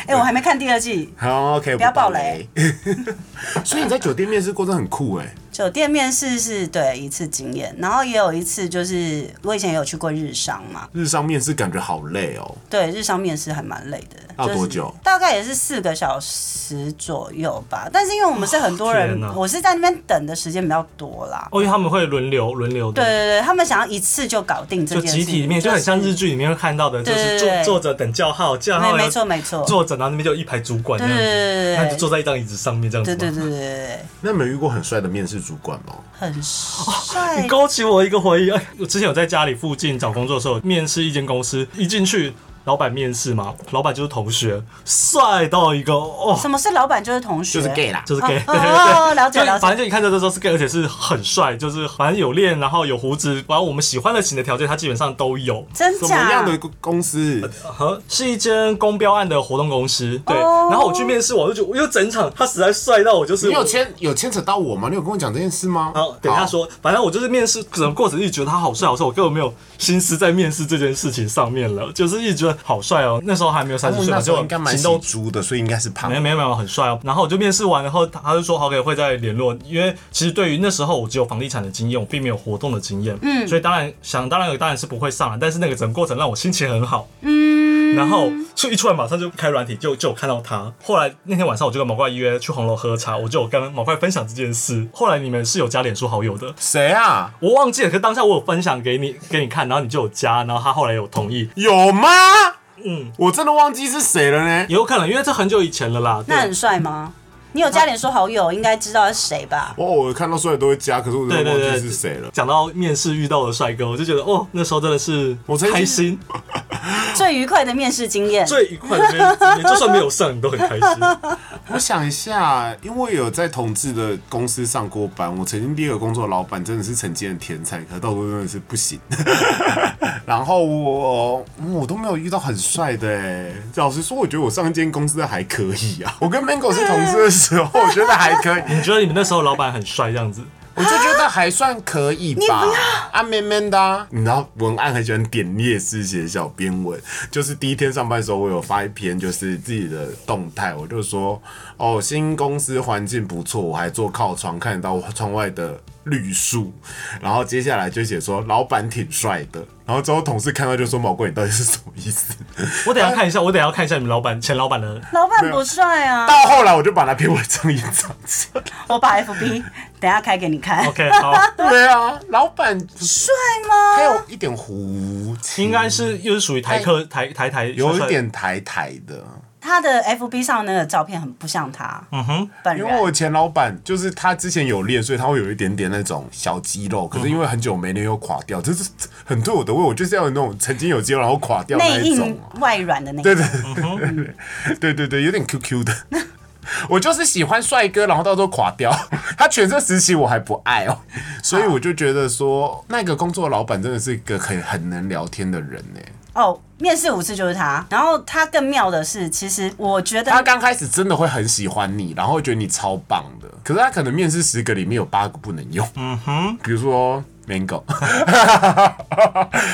Speaker 2: 哎，我还没看第二季。
Speaker 1: 好，OK，
Speaker 2: 不要
Speaker 1: 爆
Speaker 2: 爆雷。
Speaker 1: 所以你在酒店面试过，真的很酷哎、
Speaker 2: 酒店面试是对一次经验，然后也有一次就是我以前也有去过日商嘛，
Speaker 1: 日上面试感觉好累哦。
Speaker 2: 对，日商面试还蛮累的。
Speaker 1: 要
Speaker 2: 就是
Speaker 1: 多久
Speaker 2: 大概也是四个小时左右吧，但是因为我们是很多人
Speaker 1: 哦
Speaker 3: 天，哪
Speaker 2: 我是在那边等的时间比较多啦。
Speaker 3: 哦，因为他们会轮流轮流
Speaker 2: 对
Speaker 3: 的，
Speaker 2: 对对，他们想要一次就搞定这
Speaker 3: 就
Speaker 2: 件事，
Speaker 3: 集体里面就很像
Speaker 2: 是
Speaker 3: 日剧里面会看到的，就
Speaker 2: 对
Speaker 3: 是
Speaker 2: 对对
Speaker 3: 坐坐着等叫号，叫号
Speaker 2: 没没
Speaker 3: 要
Speaker 2: 错没错，
Speaker 3: 坐着，然后那边就有一排主管这样
Speaker 2: 对对对对
Speaker 3: 子，他就坐在一张椅子上面这样子
Speaker 2: 对
Speaker 3: 吗。
Speaker 2: 对对对对对，
Speaker 1: 那没有遇过很帅的面试主管吗？
Speaker 2: 很帅
Speaker 3: 你。勾起我一个回忆。哎我之前有在家里附近找工作的时候，面试一间公司，一进去。老板面试嘛，老板就是同学，帅到一个哦，
Speaker 2: 什么是老板就是同学？
Speaker 1: 就是 gay 啦，
Speaker 3: 就是 gay，、
Speaker 2: 哦哦哦了解
Speaker 3: 就
Speaker 2: 了解
Speaker 3: 反正就你看着这时候是 gay，而且是很帅，就是反正有练，然后有胡子，反正我们喜欢的型的条件他基本上都有。
Speaker 2: 真
Speaker 1: 什么
Speaker 2: 假
Speaker 1: 样？的公公司？
Speaker 3: 和是一间公标案的活动公司，对。然后我去面试，我就觉得，我又整场他实在帅到我就是
Speaker 1: 哦你有
Speaker 3: 我
Speaker 1: 牵有牵扯到我吗？你有跟我讲这件事吗？
Speaker 3: 好，等一下说，反正我就是面试整个过程一直觉得他好帅，好帅，我根本没有心思在面试这件事情上面了，就是一直觉得好帅哦。那时候还没有
Speaker 1: 好。
Speaker 3: 三十岁
Speaker 1: 那
Speaker 3: 嘛，
Speaker 1: 时候
Speaker 3: 就
Speaker 1: 应该蛮
Speaker 3: 行
Speaker 1: 喜
Speaker 3: 动
Speaker 1: 猪的，所以应该是胖
Speaker 3: 没。有没有没有很帅哦。然后我就面试完，然后他就说好，可以会再联络。因为其实对于那时候我只有房地产的经验，我并没有活动的经验，嗯，所以当然想当然有当然是不会上来，但是那个整个过程让我心情很好，嗯。然后就一出来马上就开软体，就就有看到他。后来那天晚上我就跟毛怪约去红楼喝茶，我就有跟毛怪分享这件事。后来你们是有加脸书好友的，
Speaker 1: 谁啊？
Speaker 3: 我忘记了，可当下我有分享给你给你看，然后你就有加，然后他后来有同意，
Speaker 1: 有吗？嗯，我真的忘记是谁了呢。
Speaker 3: 也有可能因为这很久以前了啦。对
Speaker 2: 那很帅吗？你有加脸说好友，应该知道是谁吧？
Speaker 1: 哇，我看到帅的都会加，可是我真
Speaker 3: 对
Speaker 1: 的忘
Speaker 3: 对
Speaker 1: 记
Speaker 3: 对，
Speaker 1: 是谁了。
Speaker 3: 讲到面试遇到的帅哥，我就觉得哦，那时候真的是
Speaker 1: 我曾经
Speaker 3: 开心，
Speaker 2: 最愉快的面试经验，
Speaker 3: 最愉快的面试经验，就算没有上，你都很开心。
Speaker 1: 我想一下，因为有在同志的公司上过班，我曾经第一个工作的老板真的是曾经的天才，可到头真的是不行。 然后我我都没有遇到很帅的、欸，老实说，我觉得我上一间公司还可以啊。我跟 Mango 是同事的时候，我觉得还可以，
Speaker 3: 你觉得你们那时候老板很帅这样子？
Speaker 1: 我就觉得还算可以吧，啊，闷闷的、啊。你知道文案很喜欢点列式写小编文，就是第一天上班的时候，我有发一篇就是自己的动态，我就说哦，新公司环境不错，我还坐靠窗看得到窗外的绿树，然后接下来就写说老板挺帅的，然后之后同事看到就说毛怪你到底是什么意思？
Speaker 3: 我等一下看一下，我等一下看一下你们老板前老板的。
Speaker 2: 老板不帅啊！
Speaker 1: 到后来我就把那篇文章隐藏起来。
Speaker 2: 我把 FB 等一下开给你看，
Speaker 3: OK，好，
Speaker 1: 对啊，老板
Speaker 2: 帅吗？
Speaker 1: 还有一点胡青，
Speaker 3: 应该是又是属于台客台台台，
Speaker 1: 有一
Speaker 3: 帅帅
Speaker 1: 点台台的。
Speaker 2: 他的 FB 上那个照片很不像他，嗯哼，本
Speaker 1: 因
Speaker 2: 人
Speaker 1: 为我前老板就是他之前有练，所以他会有一点点那种小肌肉，可是因为很久没练又垮掉，这是很对我的胃，我就是要有那种曾经有肌肉然后垮掉那
Speaker 2: 内
Speaker 1: 一种
Speaker 2: 硬
Speaker 1: 啊、
Speaker 2: 外软的那
Speaker 1: 对
Speaker 2: 个。
Speaker 1: 对对对对对，有点 QQ 的。我就是喜欢帅哥，然后到时候垮掉。他全盛时期我还不爱哦，所以我就觉得说，那个工作老板真的是一个很很能聊天的人欸呢。
Speaker 2: 哦，面试五次就是他。然后他更妙的是，其实我觉
Speaker 1: 他
Speaker 2: 得
Speaker 1: 刚开始真的会很喜欢你，然后会觉得你超棒的。可是他可能面试十个里面有八个不能用，嗯哼，比如说 mango，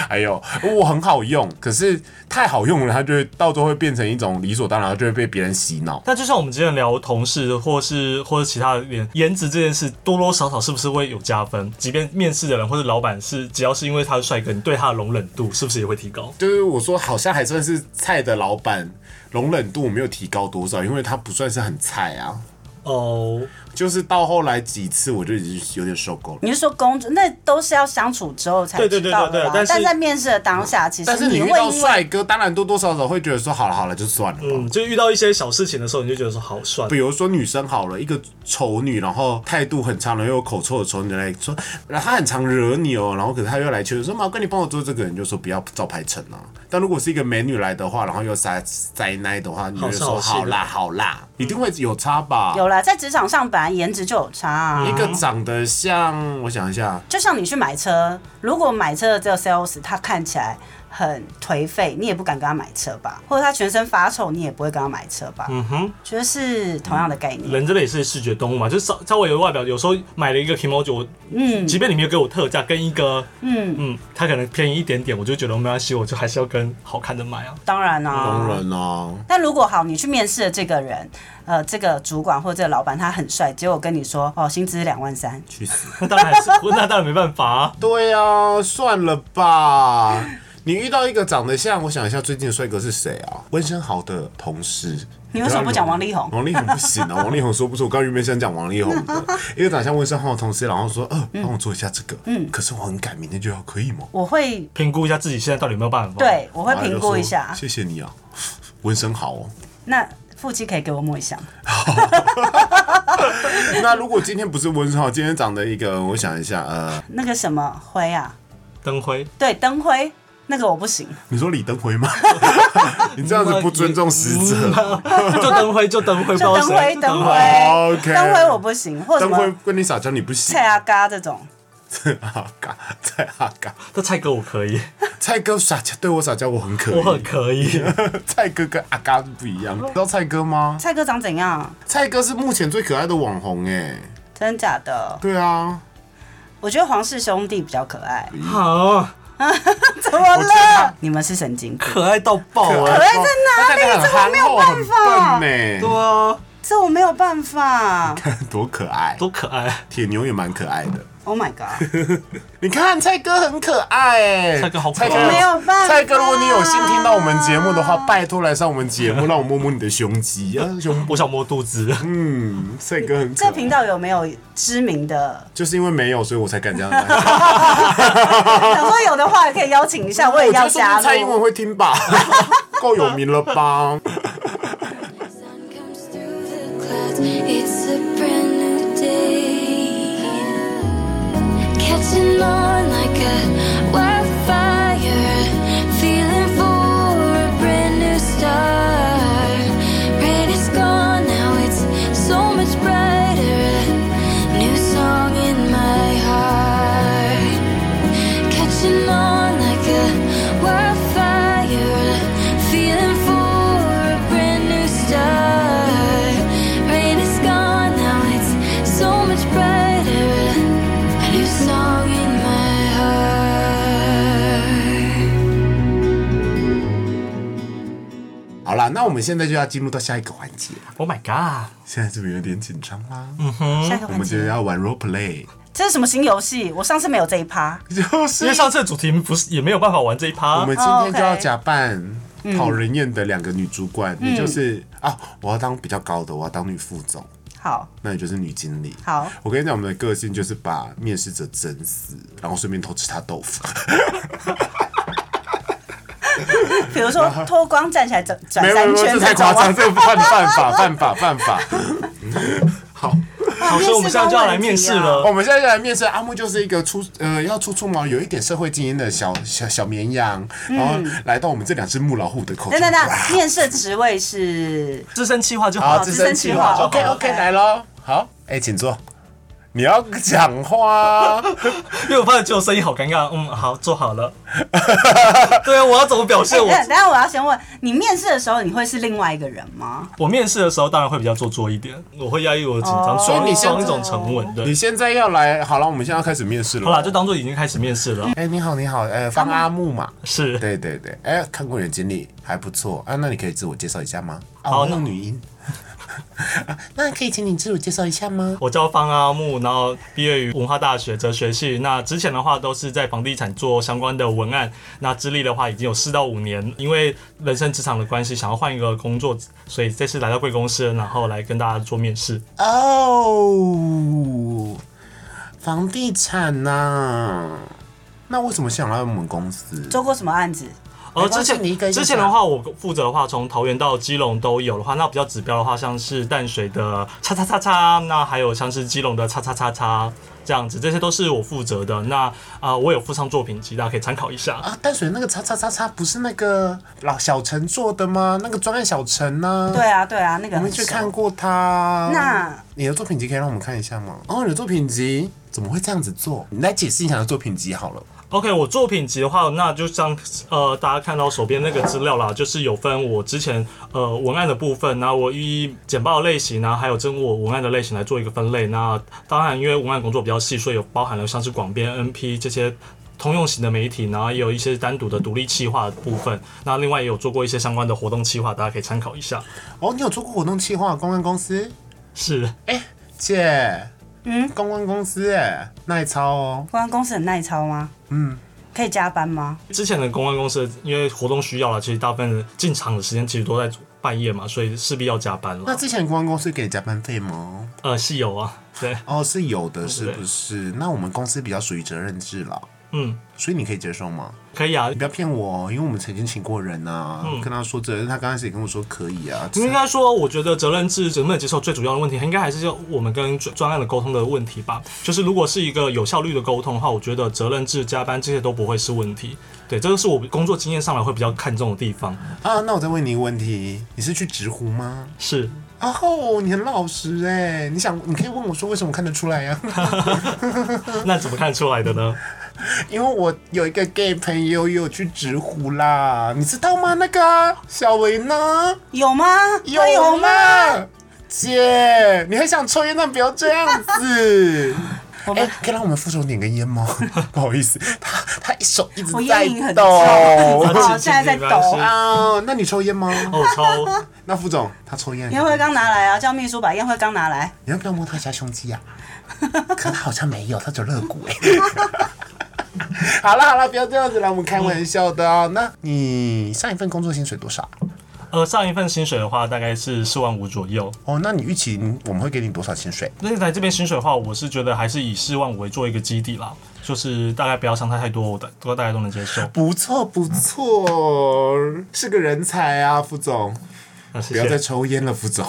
Speaker 1: 还有我很好用，可是太好用了，他就会到最后会变成一种理所当然，他就会被别人洗脑。
Speaker 3: 但就像我们之前聊同事或是或者其他的脸颜值这件事，多多少少是不是会有加分？即便面试的人或者老板是，只要是因为他是帅哥，你对他的容忍度是不是也会提高？
Speaker 1: 就是我说，好像还算是菜的老板容忍度没有提高多少，因为他不算是很菜啊。
Speaker 3: 哦，
Speaker 1: 就是到后来几次，我就已经有点受够了。
Speaker 2: 你是说工作，那都是要相处之后才
Speaker 3: 对对
Speaker 2: 知道
Speaker 3: 对对
Speaker 2: 的啦
Speaker 3: 对。但是
Speaker 2: 在面试的当下，其
Speaker 1: 但是
Speaker 2: 实
Speaker 1: 你遇
Speaker 2: 会
Speaker 1: 到
Speaker 2: 因为
Speaker 1: 帅哥，当然多多少少会觉得说，好了好了，就算了吧。
Speaker 3: 嗯，就遇到一些小事情的时候，你就觉得说好帅
Speaker 1: 比。如说女生好了，一个丑女，然后态度很差，然后又有口臭的丑女来说，然后她很常惹你哦，然后可是她又来求你说毛哥，你帮我做这个，你就说不要照排成啊。但如果是一个美女来的话，然后又塞塞奶的话，你就
Speaker 3: 好事好
Speaker 1: 说
Speaker 3: 事
Speaker 1: 好啦好啦，一定会有差吧？
Speaker 2: 有啦，在职场上本来颜值就有差、啊。
Speaker 1: 一个长得像，我想一下，
Speaker 2: 就像你去买车，如果买车的这个 sales 他看起来很颓废，你也不敢跟他买车吧？或者他全身发臭，你也不会跟他买车吧？嗯哼，觉得是同样的概念。
Speaker 3: 人真的也是视觉动物嘛，就是稍稍微有外表，有时候买了一个 kimoji，我嗯，即便你没有给我特价，跟一个嗯嗯，它可能便宜一点点，我就觉得没关系，我就还是要跟好看的买啊。
Speaker 2: 当然啦、
Speaker 1: 当然啦、
Speaker 2: 但如果好，你去面试的这个人，呃，这个主管或者这个老板他很帅，结果跟你说哦，薪资两万三，
Speaker 1: 去死！
Speaker 3: 那当然还是， 那当然没办法啊。
Speaker 1: 对啊，算了吧。你遇到一个长得像，我想一下，最近的帅哥是谁啊？温升豪的同事。
Speaker 2: 你为什么不讲王力宏
Speaker 1: 王力宏不行啊，王力宏说不出。我刚原本想讲王力宏的，一个长相温升豪的同事，然后说，呃，帮我做一下这个，嗯，可是我很赶，明天就要，可以吗？
Speaker 2: 我会
Speaker 3: 评估一下自己现在到底有没有办法。，
Speaker 2: 对我会评
Speaker 1: 然后他
Speaker 2: 估
Speaker 1: 就说
Speaker 2: 一下。
Speaker 1: 谢谢你啊，温升豪哦。
Speaker 2: 那腹肌可以给我摸一下吗？
Speaker 1: 那如果今天不是温升豪，今天长得一个，我想一下，呃，
Speaker 2: 那个什么辉啊，
Speaker 3: 灯辉
Speaker 2: 对，灯辉，那个我不行，
Speaker 1: 你说李登辉吗？ 你这样子不尊重使
Speaker 2: 嗯
Speaker 1: 者。
Speaker 3: 就灯辉就灯辉，不知道
Speaker 2: 灯
Speaker 3: 谁
Speaker 2: 辉灯辉
Speaker 1: 哦，OK
Speaker 2: 灯辉我不行，或者什
Speaker 1: 登辉
Speaker 2: 么
Speaker 1: 跟你撒娇你不行啊
Speaker 2: 蔡。阿嘎这种，
Speaker 1: 蔡阿嘎，蔡阿嘎，
Speaker 3: 这蔡哥我可以，
Speaker 1: 蔡哥撒娇对我撒娇我很可
Speaker 3: 我很
Speaker 1: 以。
Speaker 3: 可以。
Speaker 1: 蔡哥跟阿嘎是不一样，你知道蔡哥吗？
Speaker 2: 蔡哥长怎样？
Speaker 1: 蔡哥是目前最可爱的网红哎。
Speaker 2: 真假的？
Speaker 1: 对啊，
Speaker 2: 我觉得皇室兄弟比较可爱。
Speaker 3: 好，
Speaker 2: 怎么了？你们是神经病，
Speaker 3: 可爱到爆
Speaker 1: 可
Speaker 3: 啊！
Speaker 1: 爱在哪里？这我没有办
Speaker 2: 法
Speaker 1: 笨
Speaker 3: 对
Speaker 1: 呢，
Speaker 3: 啊，
Speaker 2: 这我没有办法。
Speaker 1: 多可爱！
Speaker 3: 多可爱！
Speaker 1: 铁牛也蛮可爱的。
Speaker 2: Oh my god！
Speaker 1: 你看蔡哥很可爱哎、
Speaker 3: 蔡哥好可爱
Speaker 2: 我没有办法
Speaker 1: 蔡哥，如果你有幸听到我们节目的话，拜托来上我们节目，让我摸摸你的胸肌啊，胸部。
Speaker 3: 我想摸肚子，
Speaker 1: 嗯，蔡哥很可
Speaker 2: 这
Speaker 1: 爱。
Speaker 2: 频道有没有知名的？
Speaker 1: 就是因为没有，所以我才敢这样来。
Speaker 2: 想说有的话可以邀请一下，我也要
Speaker 1: 我觉得说
Speaker 2: 加
Speaker 1: 明蔡英文
Speaker 2: 入。
Speaker 1: 会听吧， 够有名了吧？
Speaker 6: sun comes through the clouds. It's a brand new day. Catching on like a wildfire. Feeling for a brand new start. Red is gone, now it's so much brighter. A new song in my heart catching on like a wildfire, feeling for a brand new start. Rain is gone now, it's so much brighter. A new song in my heart.
Speaker 1: 好啦，那我们现在就要进入到下一个环节了。
Speaker 3: ，Oh my god！
Speaker 1: 现在是不是有点紧张啦？
Speaker 3: 嗯
Speaker 2: 下一个
Speaker 1: 我
Speaker 2: 环
Speaker 1: 们就
Speaker 2: 节，
Speaker 1: 要玩 role play，
Speaker 2: 这是什么新游戏？我上次没有这一趴。
Speaker 1: 就是
Speaker 3: 因为上次的啊主题不是也没有办法玩这一
Speaker 1: 我
Speaker 3: 趴，
Speaker 1: 们今
Speaker 2: 哦
Speaker 1: 天就要
Speaker 2: ，OK
Speaker 1: 假
Speaker 3: 哦
Speaker 1: 扮讨人厌的两个女主管，
Speaker 3: 嗯
Speaker 1: 也就是啊，我要当比较高的，我要当女副总，
Speaker 2: 好，
Speaker 1: 那你就是女经理。
Speaker 2: 好
Speaker 1: 我跟你讲，我们的个性就是把面试者整死，然后顺便偷吃他豆腐。
Speaker 2: 比如 说脱光站起来转转
Speaker 1: 没有没有，
Speaker 2: 三
Speaker 1: 没有
Speaker 2: 圈
Speaker 1: 这太
Speaker 2: 种
Speaker 1: 夸
Speaker 2: 啊
Speaker 1: 张，这个犯犯法，犯法，犯法。好，
Speaker 3: 好，所以我们现在就要来面试了。
Speaker 1: 我们现在就来面试阿木，就是一个出呃要初出茅，有一点社会经验的小小小绵羊，然后来到我们这两只母老虎的口中。
Speaker 2: 啊等等等，面试职位是
Speaker 3: 资深企划就
Speaker 1: 好，
Speaker 3: 好，
Speaker 1: 资
Speaker 2: 深
Speaker 1: 深
Speaker 2: 企
Speaker 1: 企
Speaker 2: 划
Speaker 1: 划，OK OK，来喽。好，哎，请坐。你要讲话啊，
Speaker 3: 因为我发现只有声音好尴尬。嗯，好，做好了。 对啊，我要怎么表
Speaker 2: 哎
Speaker 3: 现
Speaker 2: 等
Speaker 3: 我？
Speaker 2: 等下我要先问你，面试的时候你会是另外一个人吗？
Speaker 3: 我面试的时候当然会比较做作一点，我会压抑我的紧张，
Speaker 2: 所以
Speaker 3: 装
Speaker 1: 哦你现在
Speaker 3: 装一种沉稳的
Speaker 1: 你。现在要来，好了，我们现在要开始面试了。
Speaker 3: 好啦，就当做已经开始面试了。
Speaker 1: 哎，你好，你好，呃，方阿木嘛，
Speaker 3: 是，
Speaker 1: 对对对，哎，看过你的经历还不错啊，那你可以自我介绍一下吗？啊，
Speaker 3: 好
Speaker 1: 我
Speaker 3: 那
Speaker 1: 用女音。啊 那可以请你自我介绍一下吗？
Speaker 3: 我叫方阿木，然后毕业于文化大学哲学系。那之前的话都是在房地产做相关的文案，那资历的话已经有四到五年。因为人生职场的关系，想要换一个工作，所以这次来到贵公司，然后来跟大家做面试。
Speaker 1: 哦，房地产呐、那为什么想来我们公司？
Speaker 2: 做过什么案子？
Speaker 3: 哦，
Speaker 1: 没关
Speaker 3: 之
Speaker 1: 系你一个
Speaker 3: 前
Speaker 1: 一个
Speaker 3: 之前的
Speaker 1: 讲
Speaker 3: 话，我负责的话，从桃园到基隆都有的话，那比较指标的话，像是淡水的叉叉叉叉，那还有像是基隆的叉叉叉叉这样子，这些都是我负责的。那啊、我有附上作品集，大家可以参考一下。
Speaker 1: 啊，淡水那个叉叉叉叉不是那个老小陈做的吗？那个专案小陈呢、
Speaker 2: 对，啊，对啊，那
Speaker 1: 我
Speaker 2: 个很
Speaker 1: 们去
Speaker 2: 熟
Speaker 1: 看过他。
Speaker 2: 那
Speaker 1: 你的作品集可以让我们看一下吗？哦，你的作品集怎么会这样子做？你来解释一下你的作品集好了。
Speaker 3: OK，我作品集的话，那就像呃大家看到手边那个资料啦，就是有分我之前呃文案的部分，然后我依简报类型，然后还有针对我文案的类型来做一个分类。那当然，因为文案工作比较细，所以有包含了像是广编、NP 这些。通用型的媒体，然后也有一些单独的独立企划的部分。那另外也有做过一些相关的活动企划，大家可以参考一下。
Speaker 1: 哦，你有做过活动企划公关公司？
Speaker 3: 是，
Speaker 1: 哎、姐，嗯，公关公司哎，耐操哦。
Speaker 2: 公关公司很耐操吗？嗯，可以加班吗？
Speaker 3: 之前的公关公司因为活动需要了，其实大部分的进场的时间其实都在半夜嘛，所以势必要加班
Speaker 1: 那
Speaker 3: 了。
Speaker 1: 之前公关公司给加班费吗？
Speaker 3: 呃，是有啊，对。
Speaker 1: 哦，是有的，是不是？那我们公司比较属于责任制了。
Speaker 3: 嗯，
Speaker 1: 所以你可以接受吗？
Speaker 3: 可以啊
Speaker 1: 你。不要骗我哦，因为我们曾经请过人啊，跟他说这，他刚开始也跟我说可以啊，
Speaker 3: 应该说，我觉得责任制能不能接受，最主要的问题应该还是我们跟专专案的沟通的问题吧。就是如果是一个有效率的沟通的话，我觉得责任制、加班这些都不会是问题。对，这个是我工作经验上来会比较看重的地方。
Speaker 1: 啊，那我再问你一个问题，你是去直呼吗？
Speaker 3: 是，
Speaker 1: 哦，你很老实哎、你想你可以问我说为什么看得出来啊呀、
Speaker 3: 那怎么看出来的 呢？
Speaker 1: 因为我有一个 gay 朋友也有去直呼啦，你知道吗？那个啊小维呢？
Speaker 2: 有吗？
Speaker 1: 有
Speaker 2: 会有吗？
Speaker 1: 吗？姐，你很想抽烟，但不要这样 子。哎、可以让我们副手点个烟吗？ 不好意思，他他一手一直
Speaker 2: 我
Speaker 1: 在
Speaker 2: 烟瘾很重，
Speaker 1: 抖。
Speaker 2: 哦，现在在
Speaker 3: 没关系
Speaker 2: 抖。
Speaker 1: 啊，那你抽烟吗？
Speaker 3: 哦，超
Speaker 1: 那副总他抽烟，
Speaker 2: 烟灰缸拿来啊！叫秘书把烟灰缸拿来。
Speaker 1: 你要不要摸他一下胸肌啊？ 可他好像没有，他只有肋骨哎、 好了好了，不要这样子啦，我们开玩笑的啊。那你上一份工作薪水多少啊？
Speaker 3: 呃，上一份薪水的话大概是四万五左右。
Speaker 1: 哦，那你预期我们会给你多少薪水？
Speaker 3: 那在这边薪水的话，我是觉得还是以四万五为做一个基底啦，就是大概不要相差太多，我大都大概都能接受。
Speaker 1: 不错不错，是个人才啊，副总。
Speaker 3: 那谢
Speaker 1: 不要再
Speaker 3: 谢。
Speaker 1: 抽烟了，副总。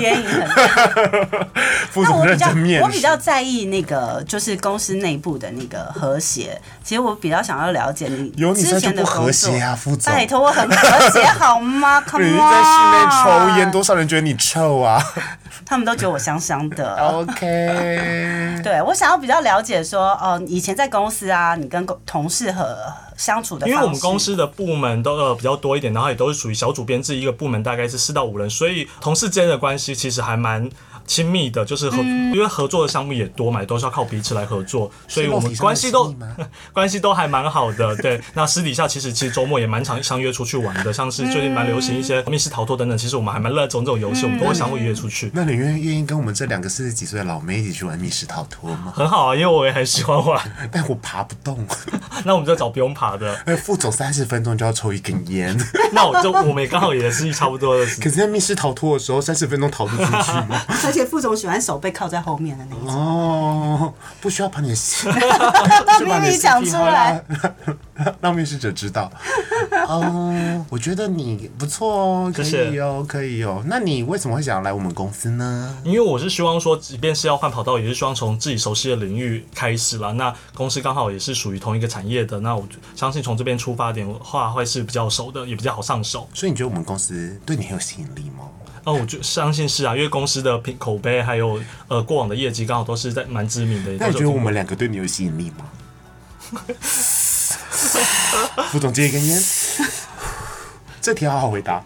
Speaker 2: 烟瘾很重。
Speaker 1: 副
Speaker 2: 那
Speaker 1: 总
Speaker 2: 我比
Speaker 1: 认
Speaker 2: 较
Speaker 1: 真面试。
Speaker 2: 我比较在意那个就是公司内部的那个和谐。其实我比较想要了解你
Speaker 1: 有你在
Speaker 2: 之
Speaker 1: 就
Speaker 2: 前的
Speaker 1: 不和
Speaker 2: 工作
Speaker 1: 谐。啊，副总。
Speaker 2: 拜托，我很和谐好 啊吗？Come
Speaker 1: 你
Speaker 2: on，
Speaker 1: 在室内抽烟，多少人觉得你臭啊
Speaker 2: 他们都觉得我香 香的。
Speaker 1: ？OK。
Speaker 2: 对，我想要比较了解说，哦、以前在公司啊，你跟公同事和相处的方式，
Speaker 3: 因为我们公司的部门都呃比较多一点，然后也都是属于小组编制，一个部门大概是四到五人，所以同事之间的关系其实还蛮亲密的，就是合、因为合作的项目也多嘛，也都是要靠彼此来合作，所以我
Speaker 1: 肉
Speaker 3: 们
Speaker 1: 体上的
Speaker 3: 关系都
Speaker 1: 亲密吗
Speaker 3: 关系都还蛮好的。对， 那私底下其实其实周末也蛮常相约出去玩的，像是最近蛮流行一些呃密室逃脱等等，其实我们还蛮热衷这种游戏，我们都会相互约出去。
Speaker 1: 那你愿愿意跟我们这两个四十几岁的老妹一起去玩密室逃脱吗？
Speaker 3: 很好啊，因为我也很喜欢玩。
Speaker 1: 但我爬不动，
Speaker 3: 那我们就找不用爬的，
Speaker 1: 哎，副总三十分钟就要抽一根烟。
Speaker 3: 那我就我们也刚好也是差不多的时间
Speaker 1: 可是，在密室逃脱的时候，三十分钟逃得出去 吗？
Speaker 2: 而且副总喜欢手背靠在后面的那 种。
Speaker 1: 哦，不需要把你的
Speaker 2: 明明讲出来，
Speaker 1: 让让面试者知道。 哦，我觉得你不错哦，可
Speaker 3: 谢谢
Speaker 1: 以哦，可以哦。那你为什么会想要来我们公司呢？
Speaker 3: 因为我是希望说，即便是要换跑道，也是希望从自己熟悉的领域开始啦。那公司刚好也是属于同一个产业的，那我相信从这边出发点的话，会是比较熟的，也比较好上手。
Speaker 1: 所以你觉得我们公司对你很有吸引力吗？
Speaker 3: 那我就相信是啊，因为公司的品口碑还有呃过往的业绩，刚好都是在蛮知名的。也
Speaker 1: 那
Speaker 3: 都
Speaker 1: 你
Speaker 3: 是
Speaker 1: 觉
Speaker 3: 有听
Speaker 1: 得我
Speaker 3: 过
Speaker 1: 们两个对你有吸引力 吗？副总接一根烟， 这题好好回答。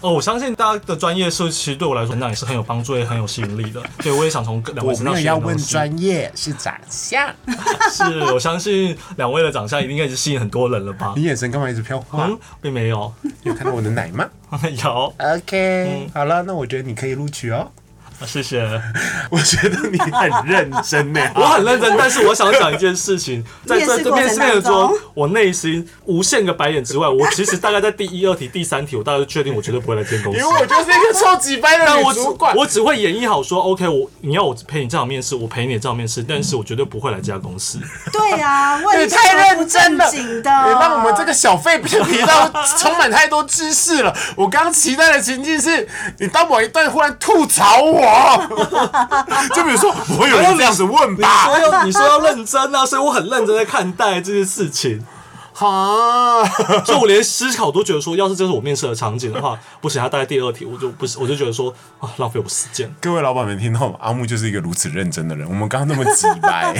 Speaker 3: 哦，我相信大家的专业是其实对我来说，那也是很有帮助，也很有吸引力的。对，我也想从两
Speaker 1: 我
Speaker 3: 位身上
Speaker 1: 没有
Speaker 3: 学
Speaker 1: 要
Speaker 3: 到东
Speaker 1: 问
Speaker 3: 西。
Speaker 1: 专业，是长相。
Speaker 3: 是我相信两位的长相一定应该是吸引很多人了吧
Speaker 1: 你？眼神干嘛一直飘花？
Speaker 3: 嗯，并没有，
Speaker 1: 有看到我的奶吗？
Speaker 3: 有，
Speaker 1: 嗯 OK，、好了，那我觉得你可以录取哦。
Speaker 3: 谢谢。
Speaker 1: 我觉得你很认真 呢、
Speaker 3: 我很认真，但是我想讲一件事 情，在这这面试面的中，我内心无限个白眼之外，我其实大概在第一、二题、第三题，我大概就确定我绝对不会来这间公司
Speaker 1: 因为。我就是一个臭几班的
Speaker 3: 但
Speaker 1: 女
Speaker 3: 我只
Speaker 1: 主管。
Speaker 3: 我只会演绎好说，OK，我你要我陪你这场面试，我陪你这场面试，但是我绝对不会来这家公 司。
Speaker 2: 对呀、啊，问
Speaker 1: 你
Speaker 2: 一 些
Speaker 1: 太
Speaker 2: 不
Speaker 1: 认真
Speaker 2: 正
Speaker 1: 了，
Speaker 2: 经 的，
Speaker 1: 你让我们这个小废片频道 充满太多知识了。我刚刚期待的情境是，你到某一段忽然吐槽 我，就比如说不会有人这样子问
Speaker 3: 你说
Speaker 1: 吧？
Speaker 3: 要你说要认真啊，所以我很认真在看待这件事情，
Speaker 1: 哈，
Speaker 3: 所以我连思考都觉得说，要是这是我面试的场景的话，不行，他大概第二题我就不是，我就觉得说啊，浪费我时间。
Speaker 1: 各位老板们听到吗？阿木就是一个如此认真的人。我们刚刚那么急白。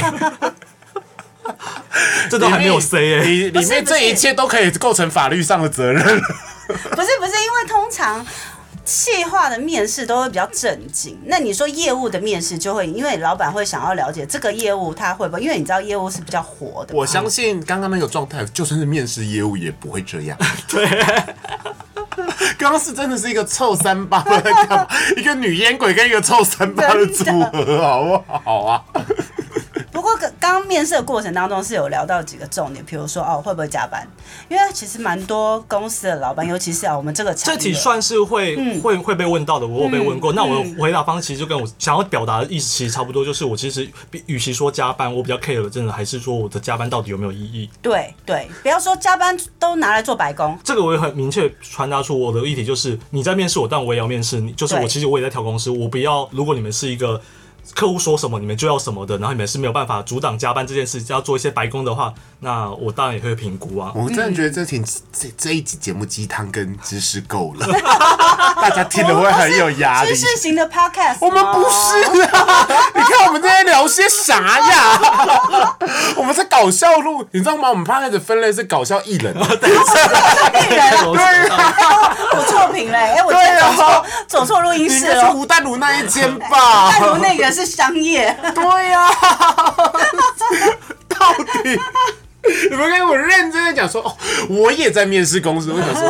Speaker 3: 这 都还没有 C 哎、
Speaker 1: 里里面这一切都可以构成法律上的责任了。
Speaker 2: 不是不是，因为通常企划的面试都会比较正经，那你说业务的面试就会，因为老板会想要了解这个业务他会不会，因为你知道业务是比较活的嘛。
Speaker 1: 我相信刚刚那个状态，就算是面试业务也不会这样。
Speaker 3: 对。
Speaker 1: 刚刚是真的是一个臭三八的 干嘛？一个女烟鬼跟一个臭三八的组合，好不好啊？
Speaker 2: 不过过刚刚面试的过程当中是有聊到几个重点，比如说哦会不会加班，因为其实蛮多公司的老板，尤其是啊我们这个产
Speaker 3: 这
Speaker 2: 业，
Speaker 3: 题算是会、会会被问到的，我有被问过。那我回答方式其实就跟我想要表达的意思其实差不多，就是我其实比与其说加班，我比较 care 的，真的还是说我的加班到底有没有意义。
Speaker 2: 对对，不要说加班都拿来做白工，
Speaker 3: 这个我也很明确传达出我的议题，就是你在面试我，但我也要面试你。就是我
Speaker 2: 对
Speaker 3: 其实我也在调公司，我不要如果你们是一个客户说什么你们就要什么的，然后你们是没有办法阻挡加班这件事，要做一些白工的话，那我当然也会评估啊。
Speaker 1: 我真的觉得这挺这这一集节目鸡汤跟知识够了， 大家听了会很有压力
Speaker 2: 知。识型的 podcast，哦
Speaker 1: 我们不是啊！你看我们在聊些啥呀？ 我们在搞笑路，你知道吗？我们 p 开始分类是搞笑艺人， 啊
Speaker 2: 我错评嘞，哎，我今天走错走错录音
Speaker 1: 你应
Speaker 2: 室
Speaker 1: 该是
Speaker 2: 了。
Speaker 1: 吴淡如那一间
Speaker 2: 但如
Speaker 1: 吧？
Speaker 2: 那个是商业，
Speaker 1: 对呀、 到底你们跟我认真的讲说，哦，我也在面试公司，我 想说，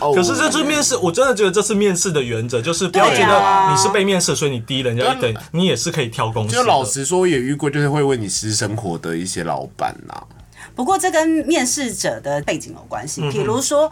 Speaker 1: 哦
Speaker 3: 可是这次面试，我真的觉得这次面试的原则就是不要觉
Speaker 2: 对
Speaker 3: 得
Speaker 2: 啊
Speaker 3: 你是被面试，所以你低人家一等，你也是可以挑公司的。
Speaker 1: 就老实说，我也遇过就是会问你私生活的一些老板呐、
Speaker 2: 不过这跟面试者的背景有关
Speaker 3: 嗯
Speaker 2: 系。比如说，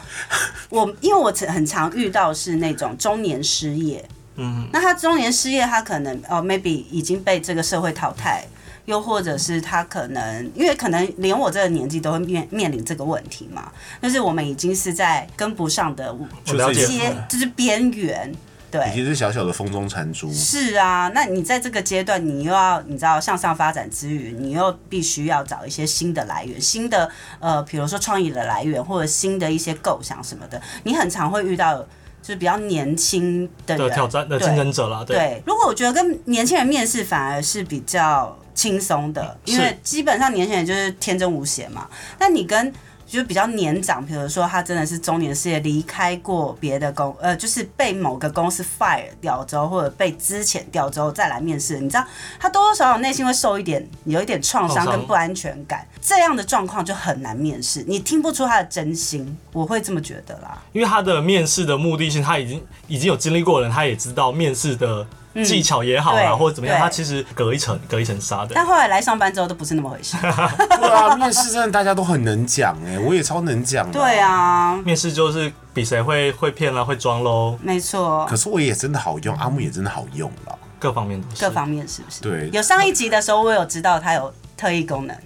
Speaker 2: 我因为我很常遇到是那种中年失业，嗯，那他中年失业，他可能哦，maybe 已经被这个社会淘汰，又或者是他可能因为可能连我这个年纪都会面面临这个问题嘛，就是我们已经是在跟不上的
Speaker 3: 我了解
Speaker 2: 接，就是边缘，对，
Speaker 1: 已经是小小的风中残烛。
Speaker 2: 是啊，那你在这个阶段，你又要你知道向上发展之余，你又必须要找一些新的来源，新的呃，比如说创意的来源，或者新的一些构想什么的，你很常会遇到就是比较年轻的
Speaker 3: 的
Speaker 2: 人
Speaker 3: 挑战的
Speaker 2: 对
Speaker 3: 竞争者啦，对。
Speaker 2: 对，如果我觉得跟年轻人面试反而是比较轻松的，因为基本上年轻人就是天真无邪嘛。那你跟就是比较年长，比如说他真的是中年事业离开过别的公，呃，就是被某个公司 fire 掉之后，或者被资遣掉之后再来面试，你知道他多多少少内心会受一点有一点创伤
Speaker 3: 创伤
Speaker 2: 跟不安全感，这样的状况就很难面试，你听不出他的真心，我会这么觉得啦。
Speaker 3: 因为他的面试的目的性，他已经已经有经历过的人，他也知道面试的技巧也好啦，
Speaker 2: 对
Speaker 3: 或者怎么样，
Speaker 2: 对
Speaker 3: 他其实隔一层隔一层纱的。
Speaker 2: 但后来来上班之后都不是那么回事。
Speaker 1: 对啊，面试真的大家都很能讲哎、我也超能讲。
Speaker 2: 对。啊，
Speaker 3: 面试就是比谁会会骗啦，会装喽，
Speaker 2: 没错。
Speaker 1: 可是我也真的好用，阿木也真的好用啊了。
Speaker 3: 各方面都是。
Speaker 2: 各方面是不是？
Speaker 1: 对
Speaker 2: 有上一集的时候，我有知道它有特异功能，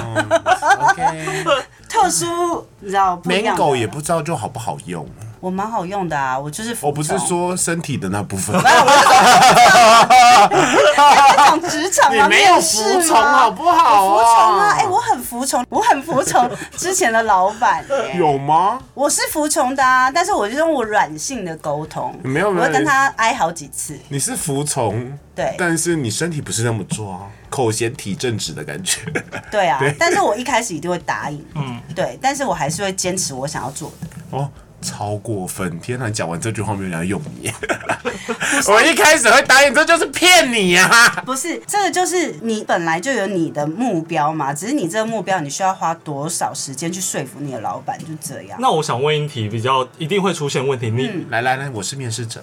Speaker 1: OK，
Speaker 2: 特殊，你知道不一样的。
Speaker 1: 狗也不知道就好不好用。
Speaker 2: 我蛮好用的啊，我就是服
Speaker 1: 我不是
Speaker 2: 从
Speaker 1: 说身体的那部 分，
Speaker 2: 讲职 场
Speaker 1: 你
Speaker 2: 吗？
Speaker 1: 没有
Speaker 2: 面试
Speaker 1: 服从
Speaker 2: 吗
Speaker 1: 好不好
Speaker 2: 我服从啊！
Speaker 1: 啊？
Speaker 2: 哎，我很服从，我很 服从之前的老板耶。
Speaker 1: 有吗？
Speaker 2: 我是服从的啊，但是我就用我软性的沟通，
Speaker 1: 没有没
Speaker 2: 我
Speaker 1: 有
Speaker 2: 会跟他哀嚎几次。
Speaker 1: 你是服从，
Speaker 2: 对
Speaker 1: 但是你身体不是那么做啊，口嫌体正直的感觉。
Speaker 2: 对啊，但是我一开始一定会答应，嗯，对，但是我还是会坚持我想要做的。
Speaker 1: 哦，超过分！天哪，你讲完这句话没有人要用你。 我一开始会答应，这就是骗你啊！
Speaker 2: 不是，这个就是你本来就有你的目标嘛，只是你这个目标你需要花多少时间去说服你的老板，就这样。
Speaker 3: 那我想问一题，比较一定会出现问题，你、
Speaker 2: 嗯
Speaker 1: 来来来，我是面试者，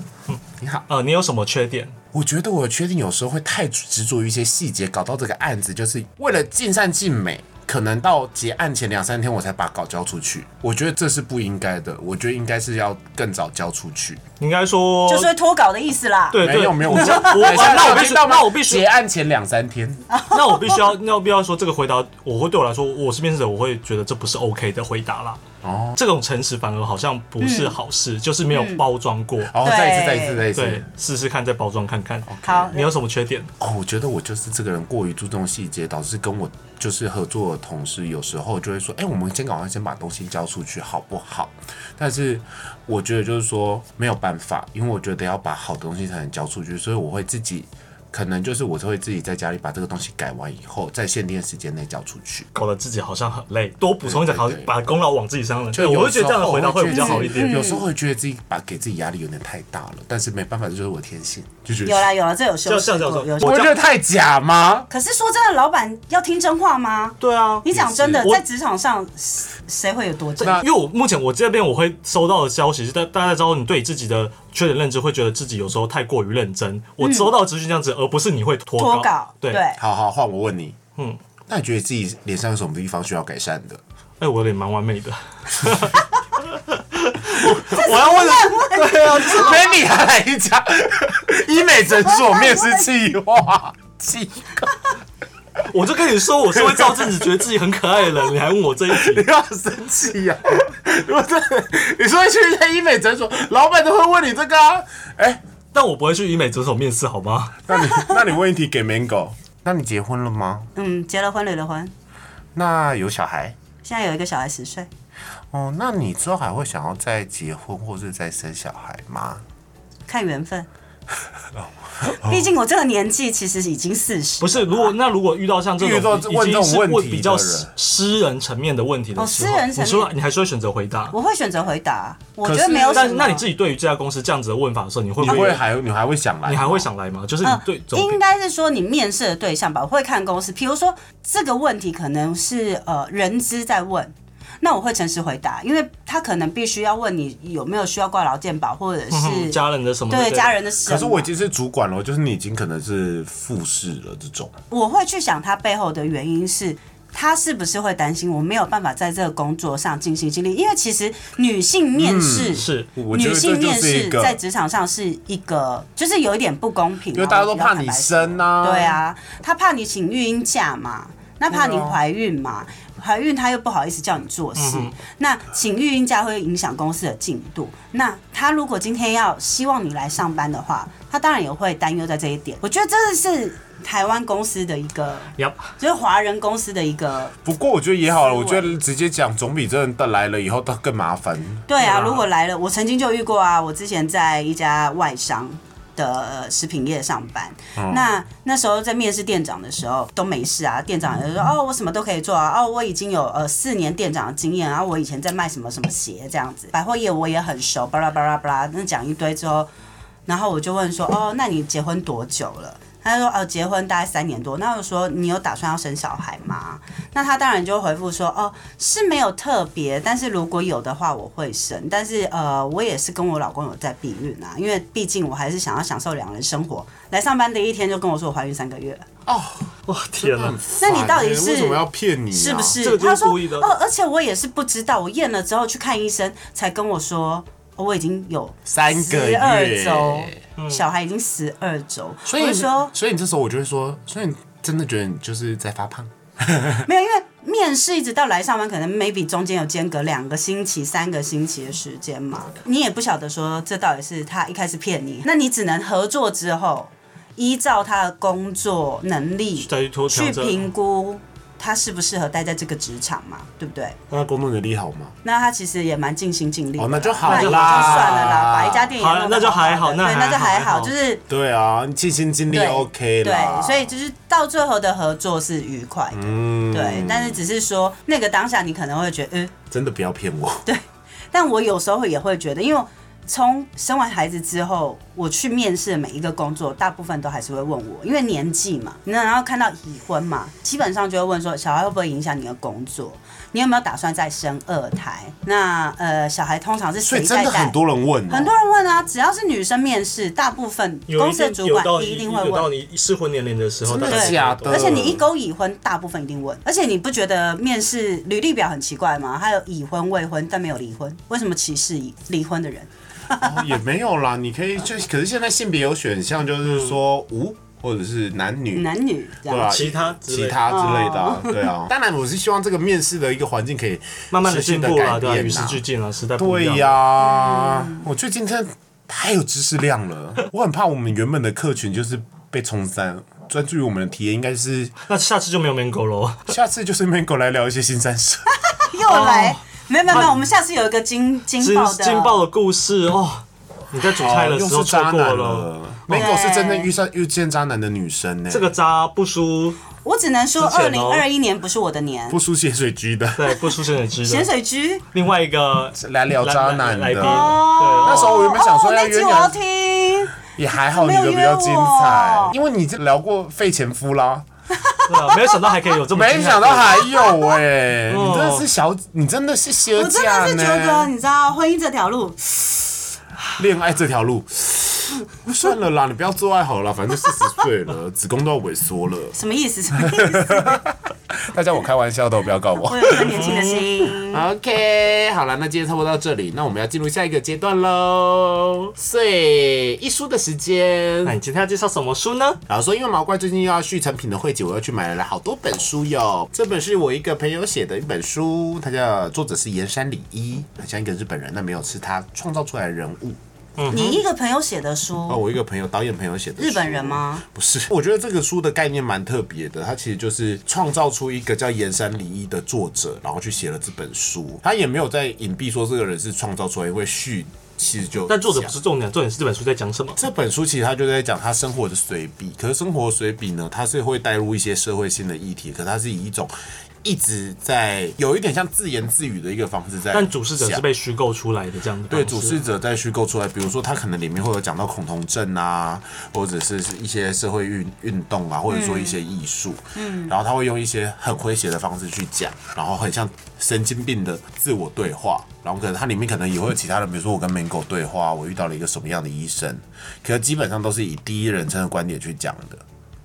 Speaker 1: 你好。
Speaker 3: 呃，你有什么缺点？
Speaker 1: 我觉得我的缺点有时候会太执着于一些细节，搞到这个案子就是为了尽善尽美，可能到结案前两三天我才把稿交出去。我觉得这是不应该的，我觉得应该是要更早交出去。
Speaker 3: 你应该说
Speaker 2: 就是会脱稿的意思啦。
Speaker 3: 对
Speaker 1: 没
Speaker 3: 对，
Speaker 1: 有没有，我
Speaker 3: 你这样我
Speaker 1: 等一下
Speaker 3: 那我必
Speaker 1: 听
Speaker 3: 须
Speaker 1: 到吗
Speaker 3: 那我必须
Speaker 1: 结案前两三天，
Speaker 3: 那我必须要，那我必须要说这个回答，我会对我来说，我是面试者，我会觉得这不是 OK 的回答啦。哦，这种诚实反而好像不是好事，就是没有包装过。
Speaker 1: 然后
Speaker 2: 对
Speaker 1: 再一次再一次再一
Speaker 3: 对
Speaker 1: 次。，
Speaker 3: 试试看，再包装看看。
Speaker 2: 好，
Speaker 3: 你有什么缺点？
Speaker 1: 哦，我觉得我就是这个人过于注重细节，导致跟我就是合作的同事有时候就会说，哎、我们先赶快先把东西交出去，好不好？但是我觉得就是说没有办法，因为我觉得要把好的东西才能交出去，所以我会自己。可能就是我就会自己在家里把这个东西改完以后，在限定的时间内交出去。
Speaker 3: 搞得自己好像很累，多补充一点，好
Speaker 1: 对对对
Speaker 3: 把功劳往自己身上了。对，我会觉得这样的回答会比较好一点。
Speaker 1: 嗯有时候会觉得自己把给自己压力有点太大了，但是没办法，这就是我的天性，就觉得
Speaker 2: 有啦有啦，这有修
Speaker 3: 这
Speaker 2: 饰
Speaker 3: 样这样
Speaker 2: 过，
Speaker 3: 这样
Speaker 2: 有
Speaker 3: 我
Speaker 2: 修
Speaker 1: 我
Speaker 2: 饰。
Speaker 1: 觉得太假吗？
Speaker 2: 可是说真的，老板要听真话吗？
Speaker 3: 对啊，
Speaker 2: 你讲真的，
Speaker 3: 我
Speaker 2: 在职场上谁谁会有多真？
Speaker 3: 因为我目前我这边我会收到的消息是，大大家知道你对自己的缺点认知，会觉得自己有时候太过于认真。我收到的资讯这样子，而果不是你会脱
Speaker 2: 脱稿，
Speaker 3: 对，
Speaker 2: 对
Speaker 3: 哎、
Speaker 1: 好好，换我问你，嗯，那你觉得自己脸上有什么地方需要改善的？
Speaker 3: 哎我脸蛮完美的，
Speaker 1: 我要问的是，对啊，没你还来讲 医美诊所面试计划，计
Speaker 3: 我就跟你说我是会照镜子觉得自己很可爱的人，你还问我这一题
Speaker 1: 你，要生气呀、啊！ 如果真的，你说去一家医美诊所，老板都会问你这个啊。哎、
Speaker 3: 但我不会去医美诊所面试，好吗？
Speaker 1: 那你那你问一题给 Mango，那你结婚了吗？
Speaker 2: 嗯，结了婚，离了婚，
Speaker 1: 那有小孩？
Speaker 2: 现在有一个小孩十岁，
Speaker 1: 哦，那你之后还会想要再结婚或是再生小孩吗？
Speaker 2: 看 缘分。毕竟我这个年纪其实已经四十，
Speaker 3: 哦不是，如果那如果遇到像这
Speaker 1: 啊遇到
Speaker 3: 种已
Speaker 1: 问这
Speaker 3: 经
Speaker 1: 种
Speaker 3: 是
Speaker 1: 问题的
Speaker 3: 比较
Speaker 1: 人
Speaker 3: 私私人层面的问题的
Speaker 2: 哦
Speaker 3: 时
Speaker 2: 私
Speaker 3: 候，
Speaker 2: 人层面
Speaker 3: 你说你还是会选择回答。
Speaker 2: 我会选择回答。我觉
Speaker 1: 可
Speaker 2: 得
Speaker 1: 是
Speaker 2: 没有什
Speaker 3: 但
Speaker 2: 么。
Speaker 3: 那你自己对于这家公司这样子的问法的时候，你会
Speaker 1: 你
Speaker 3: 不
Speaker 1: 会
Speaker 3: 会
Speaker 1: 还你还会想来？
Speaker 3: 你还会？想来吗？就是你
Speaker 2: 嗯
Speaker 3: 对，总
Speaker 2: 应该是说你面试的对象吧，我会看公司。比如说这个问题可能是呃人资在问，那我会诚实回答，因为他可能必须要问你有没有需要挂劳健保，或者是
Speaker 3: 嗯家人的什么的
Speaker 2: 对家人的事。
Speaker 1: 可是我已经是主管了，就是你已经可能是复试了这种。
Speaker 2: 我会去想他背后的原因是。他是不是会担心我没有办法在这个工作上尽心尽力？因为其实女性面试、
Speaker 3: 是
Speaker 1: 嗯我觉
Speaker 2: 女
Speaker 1: 得这
Speaker 2: 性
Speaker 1: 就
Speaker 2: 面
Speaker 1: 是
Speaker 2: 试
Speaker 1: 一个，
Speaker 2: 在职场上是一个，就是有一点不公平啊，
Speaker 1: 因为大家都
Speaker 2: 我比较
Speaker 1: 怕
Speaker 2: 坦
Speaker 1: 你
Speaker 2: 白说
Speaker 1: 生呐、
Speaker 2: 对，啊，他怕你请育婴假嘛，那怕你怀孕嘛，怀孕他又不好意思叫你做事，那请育婴假会影响公司的进度。那他如果今天要希望你来上班的话，他当然也会担忧在这一点。我觉得这是台湾公司的一个，
Speaker 3: 呀，
Speaker 2: 就是华人公司的一个。
Speaker 1: 不过我觉得也好了，我
Speaker 2: 思维
Speaker 1: 觉得直接讲总比真的来了以后更麻烦。
Speaker 2: 对
Speaker 3: 对啊
Speaker 2: 啊，如果来了，我曾经就遇过啊，我之前在一家外商。的呃食品业上班，那那时候在面试店长的时候都没事啊，店长就说哦，我什么都可以做啊，哦，我已经有呃四年店长的经验，然后我以前在卖什么什么鞋这样子，百货业我也很熟，巴拉巴拉巴拉，那讲一堆之后，然后我就问说哦，那你结婚多久了？他就说哦，结婚大概三年多。那我就说你有打算要生小孩吗？那他当然就回复说哦，是没有特别，但是如果有的话我会生，但是呃，我也是跟我老公有在避孕啊，因为毕竟我还是想要享受两人生活。来上班的一天就跟我说我怀孕三个月，
Speaker 3: 哇天啊哪！
Speaker 2: 哦那你到底是
Speaker 1: 欸为什么要骗你、啊？
Speaker 2: 是不是？
Speaker 3: 这个就是
Speaker 2: 他说
Speaker 3: 故意的
Speaker 2: 哦，而且我也是不知道，我验了之后去看医生才跟我说。哦我已经有
Speaker 1: 三个
Speaker 2: 十二
Speaker 1: 月
Speaker 2: 周，
Speaker 3: 嗯
Speaker 2: 小孩已经十二周，
Speaker 1: 所以
Speaker 2: 我就说
Speaker 1: 所以你这时候我就会说，所以你真的觉得你就是在发胖？
Speaker 2: 没有，因为面试一直到来上班，可能 maybe 中间有间隔两个星期、三个星期的时间嘛，你也不晓得说这到底是他一开始骗你，那你只能合作之后，依照他的工作能力
Speaker 3: 再去拖
Speaker 2: 去
Speaker 3: 调整
Speaker 2: 评估他适不适合待在这个职场嘛，对不对？
Speaker 1: 那啊工作能力好吗？
Speaker 2: 那他其实也蛮尽心尽力的
Speaker 1: 哦那就好
Speaker 2: 啊那也就
Speaker 1: 啦
Speaker 2: 算了啦，把一家店也
Speaker 3: 好
Speaker 2: 弄得
Speaker 3: 那就
Speaker 2: 好
Speaker 3: 还
Speaker 2: 好
Speaker 3: 好
Speaker 2: 的
Speaker 3: 那
Speaker 2: 对，
Speaker 3: 还
Speaker 2: 那就
Speaker 3: 好
Speaker 2: 还
Speaker 3: 还
Speaker 2: 好，
Speaker 3: 好
Speaker 2: 就是
Speaker 1: 对啊，你尽心尽力
Speaker 2: 对
Speaker 1: OK 啦。
Speaker 2: 对，所以就是到最后的合作是愉快的，
Speaker 1: 嗯
Speaker 2: 对。但是只是说那个当下你可能会觉得，嗯，
Speaker 1: 真的不要骗我。
Speaker 2: 但我有时候也会觉得，因为从生完孩子之后，我去面试的每一个工作，大部分都还是会问我，因为年纪嘛，那然后看到已婚嘛，基本上就会问说，小孩会不会影响你的工作？你有没有打算再生二胎？那呃，小孩通常是
Speaker 1: 所
Speaker 2: 谁
Speaker 1: 以真
Speaker 2: 在
Speaker 1: 的
Speaker 2: 带
Speaker 1: 很？多人问、哦，
Speaker 2: 很多人问啊，只要是女生面试，大部分
Speaker 3: 有
Speaker 2: 公
Speaker 3: 一
Speaker 2: 司的
Speaker 3: 定
Speaker 2: 主
Speaker 3: 有
Speaker 2: 管
Speaker 3: 到
Speaker 2: 一定会
Speaker 3: 有
Speaker 2: 问
Speaker 3: 到。你适婚年龄的时候，
Speaker 1: 真的
Speaker 3: 大家嗯
Speaker 1: 假
Speaker 3: 都
Speaker 1: 的
Speaker 2: 而且你一勾已婚，大部分一定问。而且你不觉得面试履历表很奇怪吗？还有已婚、未婚，但没有离婚，为什么歧视已离婚的人？
Speaker 1: 哦也没有啦。你可以就可是现在性别有选项，就是说无、或者是男女。
Speaker 2: 男女这
Speaker 1: 对
Speaker 2: 样
Speaker 1: 啊，。
Speaker 3: 其他之类
Speaker 1: 其他之类的啊、对啊。当然，我是希望这个面试的一个环境可以
Speaker 3: 慢慢的
Speaker 1: 持续
Speaker 3: 进步
Speaker 1: 改
Speaker 3: 了，对吧？
Speaker 1: 变
Speaker 3: 与
Speaker 1: 啊
Speaker 3: 时俱进了，时代不一样
Speaker 1: 对
Speaker 3: 了
Speaker 1: 呀、我最近真的太有知识量了，我很怕我们原本的客群就是被冲散。专注于我们的体验，应该是
Speaker 3: 那下次就没有 Mango 了。
Speaker 1: 下次就是 Mango 来聊一些新三 社。
Speaker 2: 又来，没有没有没有，我们下次有一个惊惊
Speaker 3: 劲
Speaker 2: 爆的，
Speaker 3: 劲爆的故事哦，你在煮菜的时
Speaker 1: 哦又
Speaker 3: 候
Speaker 1: 是
Speaker 3: 错
Speaker 1: 渣
Speaker 3: 过
Speaker 1: 男
Speaker 3: 了。
Speaker 1: 了，Mango 是真正遇上遇见渣男的女生呢、
Speaker 3: 这个渣不输，
Speaker 2: 我只能说，
Speaker 3: 之前
Speaker 2: 二零
Speaker 3: 哦
Speaker 2: 二一年不是我的年
Speaker 1: 不。输血水 居的，
Speaker 3: 对，不输咸水 鸡
Speaker 2: 咸
Speaker 3: 的。
Speaker 2: 水居，
Speaker 3: 另外一个
Speaker 1: 来聊渣男
Speaker 3: 来来来宾，
Speaker 1: 的。
Speaker 3: 对，
Speaker 1: 那时候我原本想说
Speaker 2: 哦
Speaker 1: 要
Speaker 2: 那
Speaker 1: 约
Speaker 2: 集
Speaker 1: 你啊
Speaker 2: 我要听。
Speaker 1: 也还好，你的比较精彩，因为你这聊过费前夫啦，
Speaker 3: 对啊没有想到还可以有这么
Speaker 1: 没
Speaker 3: 精彩
Speaker 1: 想到
Speaker 3: 的故事
Speaker 1: 还有哎、
Speaker 3: 哦
Speaker 1: 你真的是小，你真的是
Speaker 2: 我
Speaker 1: 歇
Speaker 2: 真的
Speaker 1: 假
Speaker 2: 是觉得，
Speaker 1: 呢。
Speaker 2: 你知道，婚姻这条路，
Speaker 1: 恋爱这条路，算了啦，你不要做爱好了，反正四十岁了，子宫都要萎缩了。
Speaker 2: 什么意 思？什么意思？
Speaker 1: 大家我开玩笑的，不要告我
Speaker 2: 我。有一颗年轻的
Speaker 1: 嗯
Speaker 2: 心。
Speaker 1: OK，好了，那今天差不多到这里，那我们要进入下一个阶段喽，碎一书的时间
Speaker 3: 那。你今天要介绍什么书呢？
Speaker 1: 老实说，因为毛怪最近又要续成品的会集，我又去买了好多本书哟。这本是我一个朋友写的一本书，它叫作者是岩山里一，很像一个日本人，但没有是他创造出来的人物。
Speaker 2: 你一个朋友写的
Speaker 1: 哦，
Speaker 2: 书，
Speaker 1: 我一个朋友，导演朋友写的。
Speaker 2: 日本人？吗？
Speaker 1: 不是，我觉得这个书的概念蛮特别的，它其实就是创造出一个叫岩山里一的作者，然后去写了这本书。他也没有在隐蔽说这个人是创造出来，因为续其实就
Speaker 3: 但作者
Speaker 1: 讲
Speaker 3: 不是重点，重点是这本书在讲什么。
Speaker 1: 这本书其实他就在讲他生活的随笔，可是生活随笔呢，它是会带入一些社会性的议题，可它是以一种一直在有一点像自言自语的一个方式在讲，
Speaker 3: 但主事者是被虚构出来的这样的方
Speaker 1: 啊对
Speaker 3: 式。
Speaker 1: 主事者在虚构出来，比如说他可能里面会有讲到恐同症啊，或者是是一些社会运运动啊，或者说一些艺术，嗯，然后他会用一些很诙谐的方式去讲，然后很像神经病的自我对话，然后可能它里面可能也会有其他的，比如说我跟门狗对话，我遇到了一个什么样的医生，可是基本上都是以第一人称的观点去讲的，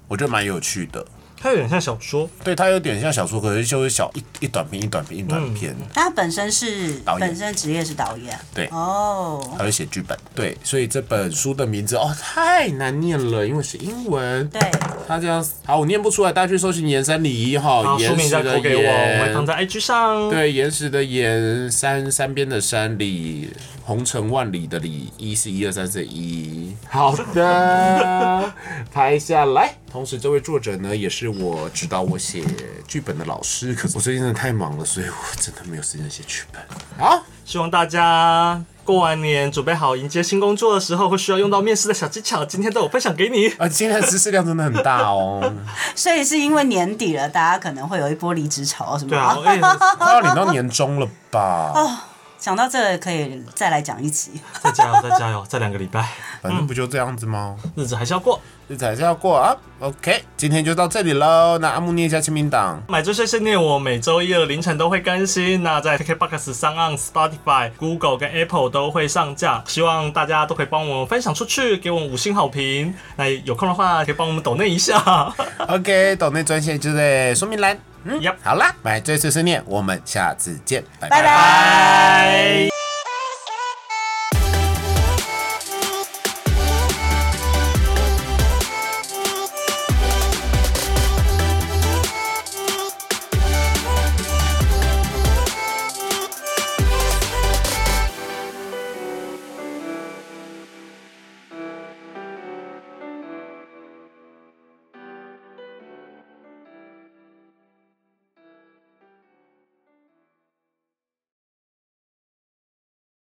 Speaker 1: 我觉得蛮有趣的。
Speaker 3: 它有点像小说，
Speaker 1: 对，它有点像小说，可是就是小一一短篇一短篇一短篇，
Speaker 2: 他本身是
Speaker 1: 导演
Speaker 2: 本身职业是导演。
Speaker 1: 对
Speaker 2: 哦，
Speaker 1: 还会写剧本。对，所以这本书的名字哦太难念了，因为是英文。
Speaker 2: 对，
Speaker 1: 它叫好，我念不出来，大家去搜寻岩山礼仪哈，
Speaker 3: 好，书
Speaker 1: 岩
Speaker 3: 名
Speaker 1: 石
Speaker 3: 再
Speaker 1: 的
Speaker 3: 投给我，我们放
Speaker 1: 岩，
Speaker 3: 在 IG 上。，
Speaker 1: 对，岩石的岩，山山边的山里，红尘万里的里，一是一二三四的一。好的，拍下来。同时，这位作者呢，也是我指导我写剧本的老师，可是我最近真的太忙了，所以我真的没有时间写剧本。好。
Speaker 3: 希望大家过完年准备好迎接新工作的时候，会需要用到面试的小技巧，今天都有分享给你。
Speaker 1: 啊，今天的知识量真的很大哦。
Speaker 2: 所以是因为年底了，大家可能会有一波离职潮什么
Speaker 3: 对啊，
Speaker 2: 的。
Speaker 3: 哎、
Speaker 1: 快要领到年终了吧？
Speaker 2: 想到这个可以再来讲一集。
Speaker 3: 再加油， 再加油，再两个礼拜，
Speaker 1: 反正不就这样子吗？
Speaker 3: 日子还是要过。
Speaker 1: 日子还是要过啊。OK，今天就到这里喽。那阿木念一下签名档。
Speaker 3: 买醉碎碎念，我每周一的凌晨都会更新。那在 KKBox、上岸、Spotify、Google 跟 Apple 都会上架，希望大家都可以帮我们分享出去，给我们五星好评。那有空的话，可以帮我们抖内一下。
Speaker 1: OK，岛内专线就在说明栏。嗯
Speaker 3: Yep
Speaker 1: 好啦，买醉碎碎念，我们下次见，拜
Speaker 2: 拜拜。